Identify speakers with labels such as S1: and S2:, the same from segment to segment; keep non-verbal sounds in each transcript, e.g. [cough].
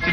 S1: The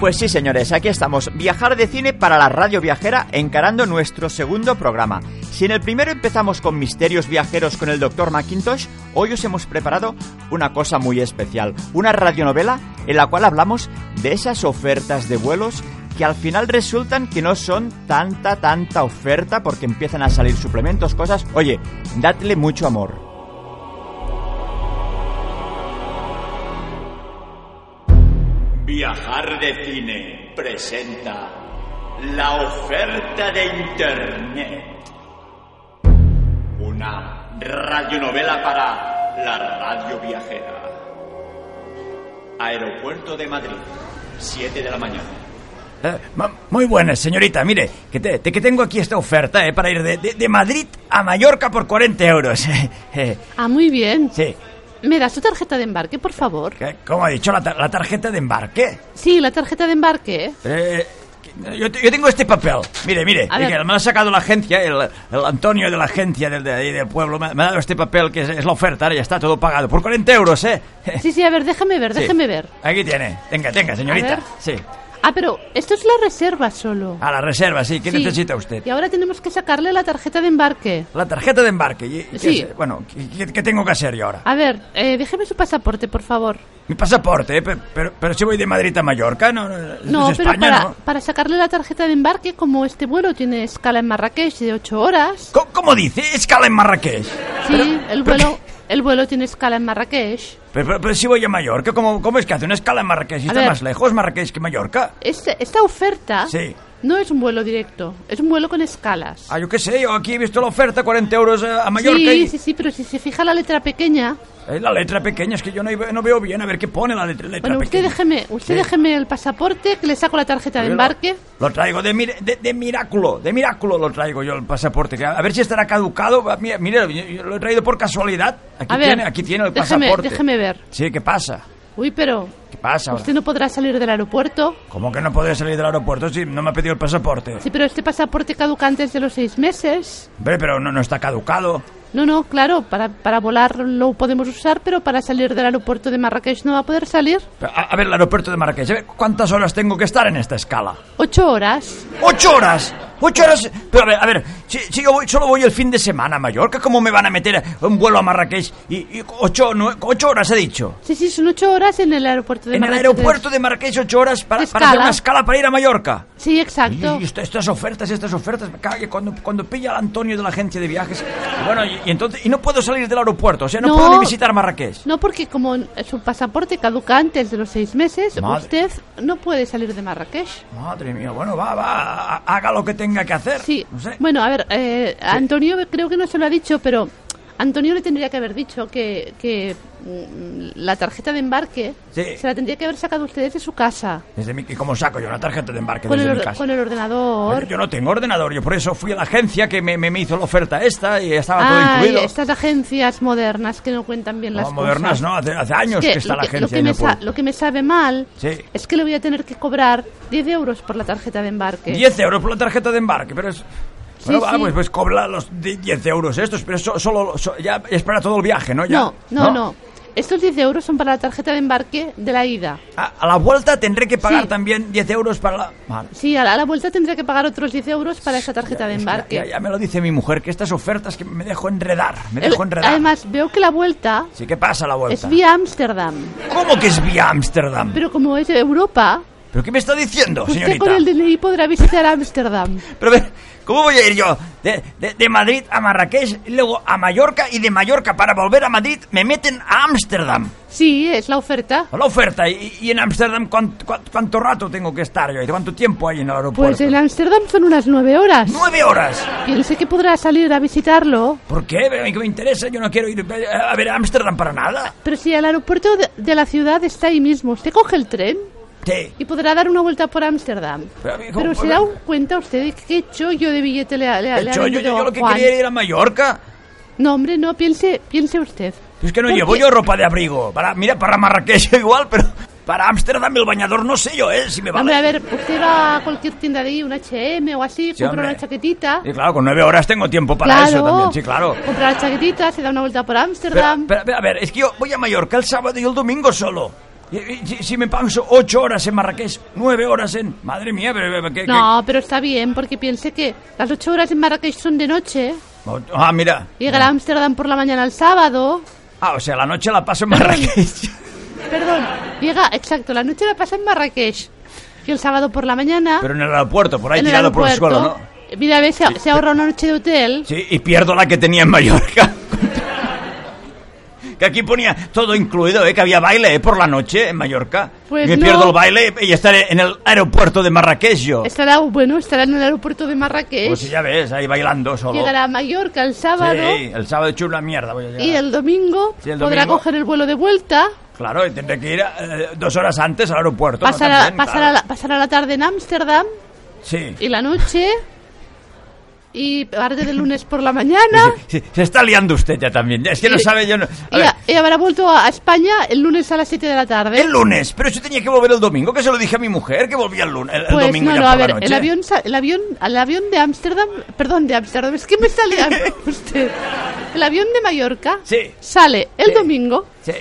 S2: Pues sí, señores, aquí estamos. Viajar de cine para la radio viajera encarando nuestro segundo programa. Si en el primero empezamos con misterios viajeros con el Dr. Macintosh, hoy os hemos preparado una cosa muy especial, una radionovela en la cual hablamos de esas ofertas de vuelos que al final resultan que no son tanta, tanta oferta porque empiezan a salir suplementos, cosas. Oye, dadle mucho amor.
S3: Viajar de Cine presenta la oferta de Internet. Una radionovela para la radio viajera. Aeropuerto de Madrid, 7 de la mañana.
S4: Eh, ma- muy buenas, señorita. Mire, que, te, te- que tengo aquí esta oferta eh, para ir de, de- de Madrid a Mallorca por 40 euros. [laughs] Eh,
S5: Ah, muy bien.
S4: sí,
S5: ¿Me das tu tarjeta de embarque, por favor?
S4: que- como ha dicho, la, tar- la tarjeta de embarque.
S5: Sí, la tarjeta de embarque.
S4: Eh, que- yo, te- yo tengo este papel. Mire, mire,
S5: A
S4: eh,
S5: ver.
S4: que me ha sacado la agencia, el, el Antonio de la agencia del, de ahí del pueblo. Me, ha- me ha dado este papel que es, es la oferta. Ahora ya está todo pagado por 40 euros, ¿eh? [laughs]
S5: Sí, sí, a ver, déjame ver,
S4: Sí.
S5: déjame ver.
S4: Aquí tiene. Tenga, tenga, señorita.
S5: ver.
S4: Sí.
S5: Ah, pero esto es la reserva solo.
S4: A la reserva, sí. Ah, ¿Qué
S5: Sí.
S4: necesita usted?
S5: Y ahora tenemos que sacarle la tarjeta de embarque.
S4: La tarjeta de embarque. ¿Y- y qué
S5: Sí.
S4: es? Bueno, ¿qué- ¿qué, qué tengo que hacer yo ahora?
S5: A ver, eh, déjeme su pasaporte, por favor.
S4: Mi pasaporte, eh, pe- pero, pero si voy de Madrid a Mallorca, no, no, eso
S5: No,
S4: es
S5: pero
S4: España,
S5: para,
S4: ¿no?
S5: para sacarle la tarjeta de embarque, como este vuelo tiene escala en Marrakech de 8 horas.
S4: Co- ¿Cómo, dice? Escala en Marrakech.
S5: Sí, el vuelo, el vuelo tiene escala en Marrakech.
S4: Pero, pero- pero si voy a Mallorca, ¿cómo, cómo es que hace una escala en Marrakech? ¿Está
S5: ver.
S4: más lejos Marrakech que Mallorca?
S5: Este- esta oferta
S4: Sí.
S5: no es un vuelo directo, es un vuelo con escalas.
S4: Ah, yo qué sé, yo aquí he visto la oferta, 40 euros eh, a Mallorca
S5: sí,
S4: y...
S5: sí, sí, pero si se fija la letra pequeña.
S4: Eh, la letra pequeña, es que yo no, iba- no veo bien, a ver qué pone la letra, letra
S5: Bueno, usted
S4: pequeña.
S5: déjeme,
S4: Sí.
S5: usted déjeme el pasaporte que le saco la tarjeta de
S4: Yo lo-
S5: embarque.
S4: Lo, traigo de, mir- de, de Miraculo, de Miraculo lo traigo yo el pasaporte. que A a ver si estará caducado. Ah, Mire, mire, yo- yo lo he traído por casualidad. Aquí,
S5: A ver,
S4: tiene, aquí tiene el
S5: déjeme-
S4: pasaporte.
S5: déjeme ver.
S4: Sí, ¿qué pasa?
S5: Uy, pero
S4: ¿Qué pasa ahora?
S5: usted no podrá salir del aeropuerto.
S4: ¿Cómo que no podré salir del aeropuerto si no me ha pedido el pasaporte?
S5: Sí, pero este pasaporte caduca antes de los seis meses.
S4: Hombre, pero no, no está caducado.
S5: No, no, claro, para, para volar lo podemos usar, pero para salir del aeropuerto de Marrakech no va a poder salir.
S4: Pero, A, a ver, el aeropuerto de Marrakech, a ver, ¿cuántas horas tengo que estar en esta escala?
S5: Ocho horas.
S4: ¡Ocho horas! ¡Ocho horas! Pero a ver, a ver, si, si yo voy- solo voy el fin de semana a Mallorca, ¿cómo me van a meter un vuelo a Marrakech? Y, y ocho, nue- ocho horas, he dicho.
S5: Sí, sí, son ocho horas en el aeropuerto de
S4: En el
S5: Marrakech.
S4: aeropuerto de Marrakech, ocho horas para,
S5: ¿Qué
S4: para hacer
S5: escala?
S4: una escala para ir a Mallorca.
S5: Sí, exacto.
S4: Y esto- estas ofertas, estas ofertas, me cague, cuando, cuando pilla al Antonio de la agencia de viajes. Y bueno, y, y entonces, y no puedo salir del aeropuerto, o sea, no,
S5: No.
S4: puedo ni visitar Marrakech.
S5: No, porque como su pasaporte caduca antes de los seis meses,
S4: Madre.
S5: usted no puede salir de Marrakech.
S4: Madre mía, bueno, va, va, ha- haga lo que tenga que hacer.
S5: Sí.
S4: No sé.
S5: Bueno, a ver, eh, Antonio creo que no se lo ha dicho, pero Antonio le tendría que haber dicho que, que, mm, la tarjeta de embarque
S4: Sí.
S5: se la tendría que haber sacado ustedes de su casa.
S4: Desde mi- ¿Y cómo saco yo una tarjeta de embarque
S5: Con
S4: desde
S5: el,
S4: mi
S5: or-
S4: casa?
S5: con el ordenador.
S4: Pero Yo no tengo ordenador, yo por eso fui a la agencia que me, me- me hizo la oferta esta y estaba todo
S5: Ay,
S4: incluido.
S5: Ah, estas agencias modernas que no cuentan bien
S4: No,
S5: las
S4: modernas,
S5: cosas.
S4: no, hace, hace años
S5: Es
S4: que, está
S5: lo
S4: la
S5: que-
S4: agencia.
S5: Lo que,
S4: en
S5: me
S4: el
S5: sa-
S4: pueblo.
S5: lo que me sabe mal
S4: Sí.
S5: es que le voy a tener que cobrar 10 euros por la tarjeta de embarque.
S4: 10 euros por la tarjeta de embarque, pero es... Bueno, va,
S5: sí.
S4: pues, pues cobra los di- 10 euros estos, pero so- solo so- ya es para todo el viaje, ¿no? Ya,
S5: No, no, no, Estos 10 euros son para la tarjeta de embarque de la ida.
S4: A, a la vuelta tendré que pagar
S5: Sí.
S4: también 10 euros para la... Vale.
S5: Sí, a la, a la vuelta tendré que pagar otros 10 euros para esa tarjeta de
S4: Es que
S5: embarque.
S4: Ya, ya me lo dice mi mujer, que estas ofertas que me dejo enredar, me
S5: El-
S4: dejo enredar.
S5: además, veo que la vuelta
S4: Sí, ¿qué pasa a la vuelta?
S5: es vía Ámsterdam.
S4: ¿Cómo que es vía Ámsterdam?
S5: Pero como es Europa,
S4: ¿Pero qué me está diciendo,
S5: Usted
S4: Oh, señorita?
S5: con el DNI podrá visitar Ámsterdam.
S4: Pero a ver, ¿cómo voy a ir yo? De, de- de Madrid a Marrakech, luego a Mallorca y de Mallorca para volver a Madrid me meten a Ámsterdam.
S5: Sí, es la oferta.
S4: A la oferta. ¿Y, y en Ámsterdam ¿cuán- cuán- ¿cuánto, rato tengo que estar yo? ¿Cuánto tiempo hay en el aeropuerto?
S5: Pues en Ámsterdam son unas nueve horas.
S4: ¡Nueve horas!
S5: Piense que podrá salir a visitarlo.
S4: ¿Por qué? ¿A mí ¿Qué me interesa? Yo no quiero ir a ver a Ámsterdam para nada.
S5: Pero si el aeropuerto de, de la ciudad está ahí mismo, usted coge el tren
S4: Sí.
S5: y podrá dar una vuelta por Ámsterdam.
S4: Pero, amigo,
S5: Pero se
S4: pero-
S5: da un cuenta usted de qué chollo de billete le, ha- le ha-
S4: De
S5: le ha
S4: hecho, yo,
S5: vendido
S4: yo lo que
S5: Juan.
S4: quería era ir a Mallorca.
S5: No, hombre, no, piense, piense usted.
S4: Pues Es que no
S5: ¿Por
S4: llevo
S5: qué?
S4: yo ropa de abrigo. Para, mira, para Marrakech igual, pero para Ámsterdam el bañador no sé yo, ¿eh? Si me vale.
S5: Hombre, a ver, usted va a cualquier tienda de ahí, un H&M o así,
S4: Sí,
S5: compra
S4: hombre.
S5: una chaquetita.
S4: Y claro, con nueve horas tengo tiempo para
S5: claro.
S4: eso también, sí, claro.
S5: Compra la chaquetita, se da una vuelta por
S4: Pero,
S5: Ámsterdam.
S4: pero, pero, a ver, es que yo voy a Mallorca el sábado y el domingo solo. Y- y si, si me paso ocho horas en Marrakech, nueve horas en... Madre mía, pero... pero, ¿qué- qué?
S5: No, pero está bien, porque piense que las ocho horas en Marrakech son de noche.
S4: Ah, mira.
S5: Llega a Ámsterdam por la mañana el sábado.
S4: Ah, o sea, la noche la
S5: [laughs]
S4: paso en Marrakech.
S5: Perdón, llega, exacto, la noche la pasa en Marrakech. Y el sábado por la mañana.
S4: Pero en el aeropuerto, por ahí
S5: en el
S4: tirado por el
S5: aeropuerto.
S4: suelo, ¿no?
S5: Mira, a ver, se, se ahorra una noche de hotel.
S4: Sí, y pierdo la que tenía en Mallorca. Que aquí ponía todo incluido, ¿eh? que había baile ¿eh? por la noche en Mallorca.
S5: Pues
S4: Me
S5: no.
S4: pierdo el baile y estaré en el aeropuerto de Marrakech yo.
S5: Estará, bueno, estará en el aeropuerto de Marrakech.
S4: Pues ya ves, ahí bailando solo.
S5: Llegará a Mallorca el sábado.
S4: Sí, el sábado he hecho una mierda. Voy a llegar.
S5: Y el domingo
S4: Sí, el
S5: podrá
S4: domingo.
S5: coger el vuelo de vuelta,
S4: Claro, y tendré que ir eh, dos horas antes al aeropuerto. ¿no?
S5: pasar, a-
S4: También,
S5: pasar a
S4: claro.
S5: la, pasar a la tarde en Ámsterdam
S4: Sí.
S5: y la noche y parte del lunes por la mañana
S4: Sí, Se está liando usted ya también. Es que no
S5: Y-
S4: sabe yo... No... A
S5: y,
S4: ver,
S5: a- y habrá vuelto a a España el lunes a las 7 de la tarde.
S4: el lunes, pero yo tenía que volver el domingo, que se lo dije a mi mujer, que volvía el, lunes, el, el
S5: pues
S4: domingo
S5: no,
S4: ya por
S5: no, a
S4: la
S5: ver,
S4: noche.
S5: el avión, sa- el avión, el avión de Ámsterdam, perdón, de Ámsterdam, es que me sale
S4: [laughs]
S5: a- usted. El avión de Mallorca
S4: Sí.
S5: sale el
S4: Sí.
S5: domingo
S4: Sí.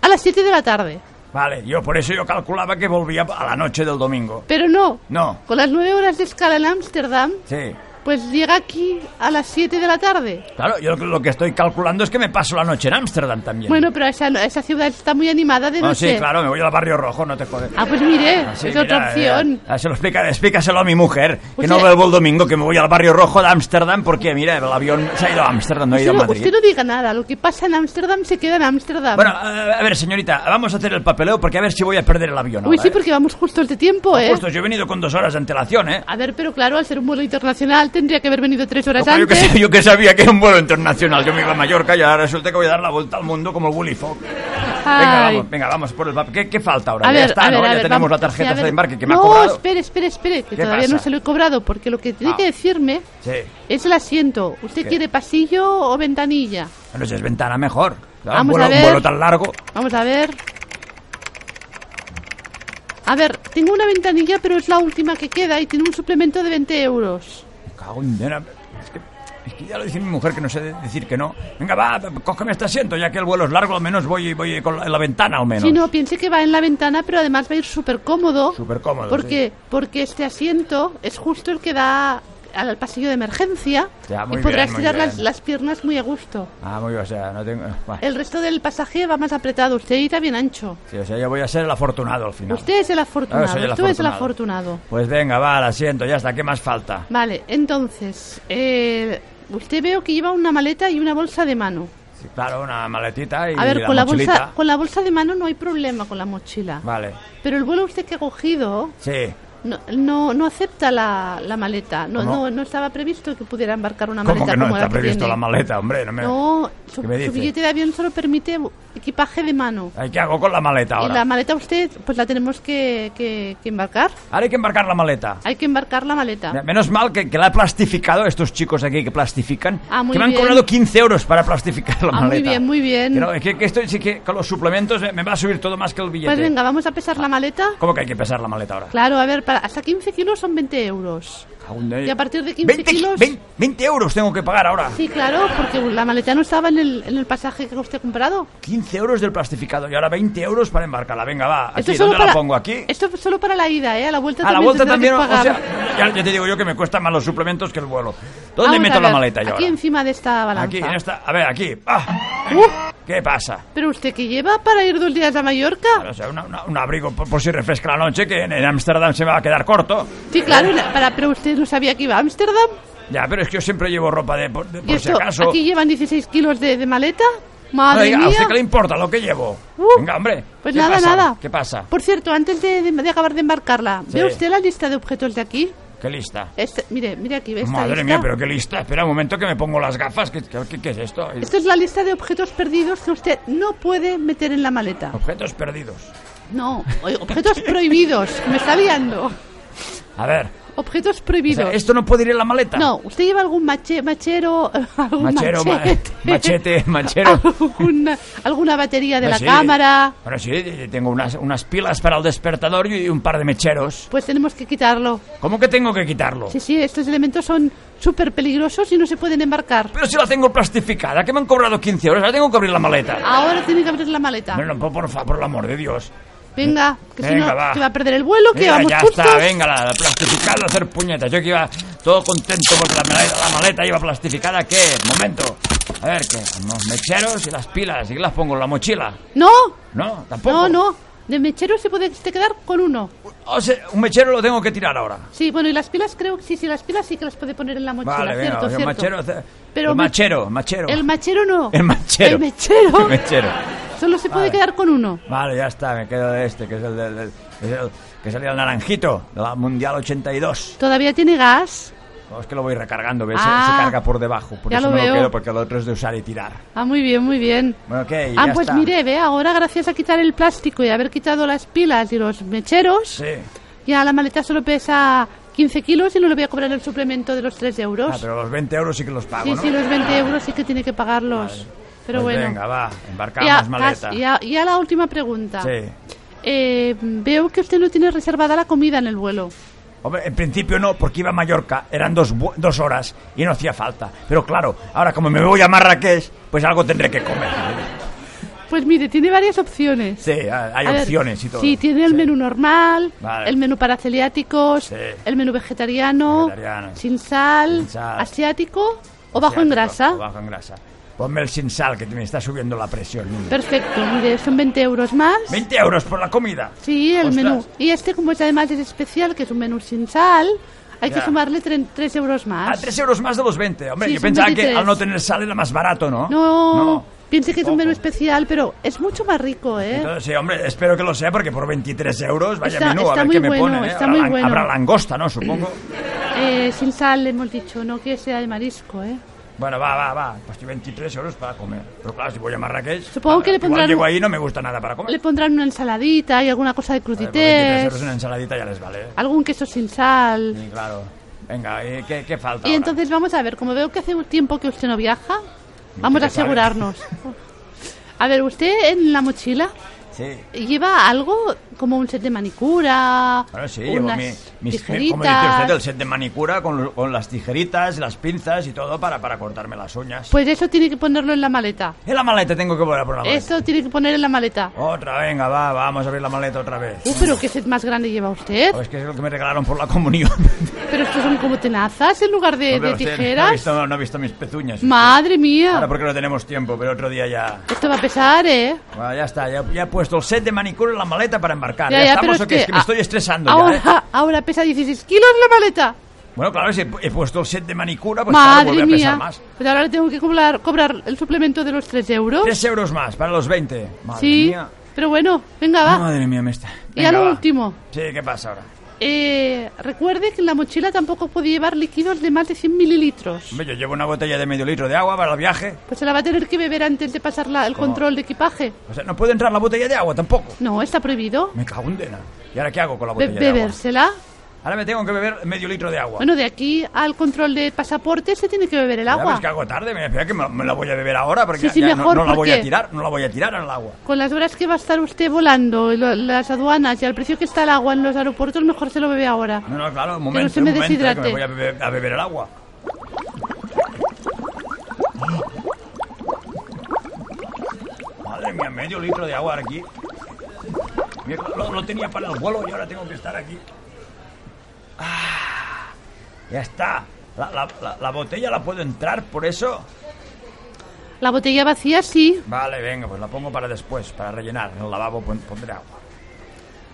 S5: a las 7 de la tarde.
S4: Vale, yo por eso yo calculaba que volvía a la noche del domingo.
S5: Pero no,
S4: No.
S5: con las 9 horas de escala en Ámsterdam,
S4: Sí.
S5: pues llega aquí a las 7 de la tarde.
S4: Claro, yo lo que estoy calculando es que me paso la noche en Ámsterdam también.
S5: Bueno, pero esa, esa ciudad está muy animada de
S4: Ah,
S5: noche.
S4: sí, claro, me voy al barrio rojo, no te jodes.
S5: Ah, pues mire,
S4: Ah, sí,
S5: es
S4: mira,
S5: otra opción. Pues
S4: eh, ah, se lo explica, explícaselo a mi mujer, que
S5: Usted-
S4: no vuelvo el domingo, que me voy al barrio rojo de Ámsterdam porque, mira, el avión se ha ido a Ámsterdam, no ha
S5: usted,
S4: ido a
S5: no,
S4: Madrid.
S5: usted no diga nada, lo que pasa en Ámsterdam se queda en Ámsterdam.
S4: Bueno, eh, a a ver, señorita, vamos a hacer el papeleo porque a ver si voy a perder el avión
S5: Uy,
S4: ahora,
S5: sí,
S4: ¿eh?
S5: porque vamos justos de tiempo, ¿eh?
S4: Justo, yo he venido con dos horas de antelación, ¿eh?
S5: A ver, pero claro, al ser un vuelo internacional tendría que haber venido tres horas
S4: Ojo, yo, que,
S5: antes.
S4: sé- yo que sabía que era un vuelo internacional, yo me iba a Mallorca y ahora resulta que voy a dar la vuelta al mundo como el Willy Fogg. Venga,
S5: Ay.
S4: vamos, venga, vamos por el papel. ¿Qué, qué falta ahora?
S5: A
S4: ya
S5: ver,
S4: está,
S5: a ver,
S4: ¿no?
S5: a
S4: ya
S5: ver,
S4: tenemos
S5: vamos-
S4: la tarjeta
S5: sí, a ver.
S4: de embarque que me
S5: no,
S4: ha cobrado.
S5: espere, espere, espere, que
S4: ¿Qué
S5: todavía no
S4: pasa?
S5: se lo he cobrado, porque lo que tiene
S4: Ah.
S5: que decirme
S4: Sí.
S5: es el asiento. ¿Usted
S4: ¿Qué?
S5: quiere pasillo o ventanilla?
S4: Bueno, si es ventana mejor. Claro, un,
S5: Vamos
S4: vuelo,
S5: a
S4: un
S5: ver.
S4: vuelo tan largo.
S5: Vamos a ver. A ver, tengo una ventanilla, pero es la última que queda y tiene un suplemento de 20 euros.
S4: Me cago en Dios, Es que, es que ya lo dice mi mujer que no sé de- decir que no. Venga, va, cógeme este asiento, ya que el vuelo es largo, al menos voy, voy con la, la ventana, al menos.
S5: Si no, piense que va en la ventana, pero además va a ir súper cómodo.
S4: Súper cómodo,
S5: Porque, porque este asiento es justo el que da al pasillo de emergencia
S4: Ya, muy
S5: y podrá
S4: bien, muy
S5: estirar las,
S4: bien.
S5: las piernas muy a gusto.
S4: Ah, muy bien, o sea, no tengo... va.
S5: El resto del pasaje va más apretado, usted irá bien ancho.
S4: Sí, o sea, yo voy a ser el afortunado al final.
S5: Usted es el afortunado,
S4: Ah, soy el
S5: tú es el
S4: afortunado.
S5: afortunado.
S4: Pues venga, va, al asiento, ya está, ¿qué más falta?
S5: Vale, entonces, eh, usted veo que lleva una maleta y una bolsa de mano.
S4: Sí, claro, una maletita y
S5: A ver,
S4: la
S5: con la,
S4: mochilita.
S5: bolsa, con la bolsa de mano no hay problema con la mochila.
S4: Vale,
S5: Pero el vuelo usted que ha cogido
S4: sí.
S5: no, no, no acepta la, la maleta. No,
S4: ¿Cómo?
S5: no, no estaba previsto que pudiera embarcar una
S4: ¿Cómo
S5: maleta
S4: que no
S5: como
S4: está
S5: la
S4: previsto
S5: tiene.
S4: la maleta, hombre? No me...
S5: No, su,
S4: ¿Qué me
S5: su
S4: dice?
S5: billete de avión solo permite equipaje de mano.
S4: Ay, ¿Qué hago con la maleta
S5: Y
S4: ahora?
S5: la maleta usted, pues la tenemos que, que- que embarcar.
S4: Ahora hay que embarcar la maleta.
S5: Hay que embarcar la maleta.
S4: Menos mal que, que la he plastificado, estos chicos aquí que plastifican.
S5: Ah, muy
S4: que me han
S5: bien.
S4: cobrado 15 euros para plastificar la
S5: Ah, muy
S4: maleta.
S5: bien, muy bien.
S4: Que no, es que, que esto sí que con los suplementos me, me va a subir todo más que el billete. Ah,
S5: Pues venga, vamos a pesar la maleta.
S4: ¿Cómo que hay que pesar la maleta ahora?
S5: Claro, a ver, para, hasta 15 kilos son 20 euros.
S4: Aún no-
S5: Y a partir de 15 kilos-
S4: 20, 20 euros tengo que pagar ahora.
S5: Sí, claro, porque la maleta no estaba en el, en el pasaje que usted ha comprado.
S4: 15 euros del plastificado y ahora 20 euros para embarcarla. Venga, va. Aquí,
S5: es
S4: ¿Dónde la pongo? ¿Aquí?
S5: Esto es solo para la ida, ¿eh? A la vuelta
S4: a la
S5: también
S4: vuelta
S5: tendrá que
S4: también, o
S5: pagar.
S4: sea, ya, ya te digo yo que me cuestan más los suplementos que el vuelo. ¿Dónde
S5: Vamos
S4: meto
S5: a
S4: la
S5: ver,
S4: maleta yo
S5: Aquí
S4: ahora? este.
S5: encima de esta balanza.
S4: Aquí, en esta. A ver, aquí. Ah,
S5: ¡Uh!
S4: ¿Qué pasa?
S5: ¿Pero usted qué lleva para ir dos días a Mallorca?
S4: Bueno, o sea, una- una- un abrigo por, por si refresca la noche, que en en Ámsterdam se me va a quedar corto.
S5: Sí, claro, la- para, pero usted no sabía que iba a Ámsterdam.
S4: Ya, pero es que yo siempre llevo ropa de, por, de-
S5: ¿Y
S4: por si
S5: esto?
S4: acaso.
S5: ¿Aquí llevan 16 kilos de, de maleta? Madre
S4: Oiga, ¿a
S5: mía.
S4: usted qué le importa lo que llevo?
S5: Uh,
S4: Venga, hombre.
S5: Pues
S4: ¿qué
S5: nada,
S4: pasa?
S5: nada.
S4: ¿Qué pasa?
S5: Por cierto, antes de, de- de acabar de embarcarla,
S4: Sí.
S5: ¿ve usted la lista de objetos de aquí?
S4: Qué lista.
S5: Esta- mire, mire aquí, ¿ve esta
S4: Madre
S5: lista?
S4: mía, pero qué lista. Espera un momento que me pongo las gafas. ¿Qué, qué- qué- qué es esto?
S5: Esto es la lista de objetos perdidos que usted no puede meter en la maleta.
S4: Objetos perdidos.
S5: No, oye, objetos [laughs] prohibidos. Me está liando.
S4: A ver.
S5: Objetos
S4: o sea,
S5: prohibidos.
S4: ¿Esto no puede ir en la maleta?
S5: No, ¿usted lleva algún mache- machero, [laughs] algún
S4: Machero, ma-
S5: machete,
S4: machete, machero.
S5: alguna, alguna batería de
S4: Ah,
S5: la
S4: sí.
S5: cámara?
S4: Bueno, sí, eh, tengo unas, unas pilas para el despertador y un par de mecheros.
S5: Pues tenemos que quitarlo.
S4: ¿Cómo que tengo que quitarlo?
S5: Sí, sí, estos elementos son súper peligrosos y no se pueden embarcar.
S4: Pero si la tengo plastificada, que me han cobrado 15 euros, ahora tengo que abrir la maleta.
S5: Ahora tiene que abrir la maleta.
S4: Bueno, por, por favor, por el amor de Dios.
S5: Venga, que si
S4: Venga,
S5: no,
S4: va.
S5: que va a perder el vuelo, que
S4: Venga,
S5: vamos
S4: ya
S5: justos.
S4: está, venga, la, la plastificada a hacer puñetas. Yo que iba todo contento porque la maleta, la maleta iba plastificada. ¿Qué? Momento. A ver, ¿qué? Los mecheros y las pilas. ¿Y qué las pongo en la mochila?
S5: No,
S4: ¿No? ¿Tampoco?
S5: no, no. De mechero se puede usted quedar con uno.
S4: O sea, un mechero lo tengo que tirar ahora.
S5: Sí, bueno, y las pilas creo que sí, sí, las pilas sí que las puede poner en la mochila,
S4: Vale, venga,
S5: cierto,
S4: o sea,
S5: cierto.
S4: machero, ce-
S5: Pero
S4: el
S5: ma-
S4: machero, machero.
S5: El machero no.
S4: El machero.
S5: El mechero.
S4: [laughs] El mechero.
S5: Solo se puede
S4: Vale.
S5: quedar con uno.
S4: Vale, ya está, me quedo de este, que es el, del- del- que es el- que salía el naranjito, de la Mundial 82.
S5: Todavía tiene gas.
S4: No, es que lo voy recargando, ¿ves? Se-
S5: Ah,
S4: se, carga por debajo, por
S5: ya
S4: eso
S5: lo
S4: no
S5: veo.
S4: lo quedo, porque lo otro es de usar y tirar.
S5: Ah, muy bien, muy bien.
S4: Bueno, ¿qué? Y
S5: ah,
S4: ya
S5: pues
S4: está.
S5: mire, ve, ahora gracias a quitar el plástico y haber quitado las pilas y los mecheros,
S4: Sí.
S5: ya la maleta solo pesa 15 kilos y no le voy a cobrar el suplemento de los 3 euros.
S4: Ah, pero los 20 euros sí que los pago,
S5: sí,
S4: ¿no?
S5: sí, los 20 euros sí que tiene que pagarlos. Pero
S4: Pues
S5: bueno.
S4: venga, va, embarcamos
S5: ya,
S4: maleta.
S5: casi- ya- ya la última pregunta.
S4: Sí.
S5: Eh, veo que usted no tiene reservada la comida en el vuelo.
S4: Hombre, en principio no, porque iba a Mallorca, eran dos, bu- dos horas y no hacía falta. Pero claro, ahora como me voy a Marrakech, pues algo tendré que comer.
S5: Pues mire, tiene varias opciones.
S4: Sí, ha- hay
S5: A ver,
S4: opciones y todo.
S5: Sí, tiene el menú normal,
S4: Vale.
S5: el menú para celiáticos,
S4: Sí.
S5: el menú vegetariano,
S4: Vegetariano.
S5: sin sal,
S4: Sin sal.
S5: asiático o bajo en
S4: Asiático,
S5: grasa.
S4: o Bajo en grasa. Ponme el sin sal, que te- me está subiendo la presión. niño.
S5: Perfecto, mire, son 20 euros más.
S4: 20 euros por la comida.
S5: Sí, el
S4: Ostras.
S5: menú. Y este, como es además es especial, que es un menú sin sal, hay que
S4: Ya.
S5: sumarle 3 euros
S4: Ah,
S5: más.
S4: 3 euros más de los 20. Hombre,
S5: Sí,
S4: yo
S5: son
S4: pensaba que
S5: 23.
S4: al no tener sal era más barato, ¿no?
S5: No, piense que es un menú
S4: Ojo.
S5: especial, pero es mucho más rico, ¿eh?
S4: Entonces, sí, hombre, espero que lo sea porque por 23 euros, vaya
S5: Está-
S4: menú,
S5: está
S4: a ver
S5: muy
S4: qué me
S5: bueno,
S4: ponen. ¿eh?
S5: está
S4: habrá,
S5: muy
S4: lan-
S5: bueno.
S4: habrá langosta, ¿no?
S5: [clears throat]
S4: Supongo.
S5: Eh, sin sal, hemos dicho, no que sea de marisco, ¿eh?
S4: bueno, va, va, va. Pues que 23 euros para comer. Pero claro, si voy a Marrakech.
S5: Supongo que le
S4: igual
S5: pondrán-
S4: llego ahí y no me gusta nada para comer.
S5: Le pondrán una ensaladita y alguna cosa de
S4: Vale, por 23
S5: crudités,
S4: euros una ensaladita ya les vale. ¿eh?
S5: algún queso sin sal.
S4: Sí, claro. Venga, ¿y ¿qué, qué falta?
S5: Y
S4: ahora?
S5: entonces vamos a ver, como veo que hace un tiempo que usted no viaja, vamos a
S4: ¿Qué sabe?
S5: asegurarnos. A ver, usted en la mochila
S4: Sí.
S5: lleva algo como un set de manicura,
S4: Bueno, sí, llevo
S5: unas
S4: mi, mis, eh, como dice
S5: tijeritas.
S4: usted, el set de manicura con, lo- con las tijeritas, las pinzas y todo para, para cortarme las uñas.
S5: Pues eso tiene que ponerlo en la maleta.
S4: En la maleta tengo que volver a por la maleta.
S5: Eso tiene que poner en la maleta.
S4: Otra, venga, va, vamos a abrir la maleta otra vez.
S5: Uh, pero qué set más grande lleva usted.
S4: Oh, es que es lo que me regalaron por la comunión. [laughs]
S5: Pero estos son como tenazas en lugar de,
S4: Hombre,
S5: de
S4: usted No ha,
S5: tijeras.
S4: visto, no ha visto mis pezuñas. usted.
S5: Madre mía.
S4: Ahora porque no tenemos tiempo, pero otro día ya...
S5: Esto va a pesar, ¿eh?
S4: Bueno, ya está, ya, ya he puesto el set de manicura en la maleta para embarcar.
S5: Ya, ya,
S4: estamos
S5: pero
S4: o qué? Es que me
S5: a-
S4: estoy estresando
S5: ahora,
S4: ya, ¿eh?
S5: Ahora pesa 16 kilos la maleta.
S4: Bueno, claro, si he, he puesto el set de manicura, pues claro,
S5: Madre
S4: vuelve a
S5: mía.
S4: pesar más.
S5: Pues ahora le tengo que cobrar, cobrar el suplemento de los 3 euros.
S4: Tres euros más para los 20. Madre
S5: sí.
S4: mía.
S5: Pero bueno, venga, va.
S4: Madre mía, me está.
S5: y a
S4: Venga,
S5: lo
S4: va.
S5: último.
S4: Sí, ¿qué pasa ahora?
S5: Eh, recuerde que en la mochila tampoco puede llevar líquidos de más de 100 mililitros.
S4: Hombre, yo llevo una botella de medio litro de agua para el viaje.
S5: Pues se la va a tener que beber antes de pasar la- el control de equipaje.
S4: O sea, no puede entrar la botella de agua tampoco.
S5: No, está prohibido.
S4: Me cago en dena. ¿Y ahora qué hago con la
S5: Be-
S4: botella de agua?
S5: bebérsela.
S4: Ahora me tengo que beber medio litro de agua.
S5: Bueno, de aquí al control de pasaporte se tiene que beber el
S4: Ya ves
S5: agua.
S4: que hago tarde, me espera que me, me la voy a beber ahora porque
S5: Sí, sí,
S4: ya no-
S5: mejor,
S4: no, la voy a
S5: porque-
S4: tirar, no la voy a tirar al agua.
S5: Con las horas que va a estar usted volando, y lo- las aduanas y al precio que está el agua en los aeropuertos, mejor se lo bebe ahora.
S4: No, no, claro, un
S5: no
S4: momento,
S5: se me
S4: un momento, eh, que me
S5: deshidrate.
S4: voy a beber, a beber el agua. Madre mía, medio litro de agua aquí. Mira, Lo, lo tenía para el vuelo y ahora tengo que estar aquí. Ah, ya está. La, la- la- la botella la puedo entrar por eso.
S5: La botella vacía sí.
S4: Vale, venga, pues la pongo para después, para rellenar. En el lavabo pon- pondré agua.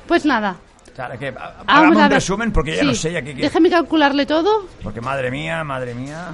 S5: Pues nada.
S4: Claro, que ha-
S5: Ah,
S4: hagamos
S5: vamos a
S4: un
S5: ver.
S4: resumen porque ya
S5: Sí.
S4: no sé ya qué qué-
S5: Déjame calcularle todo.
S4: Porque madre mía, madre mía.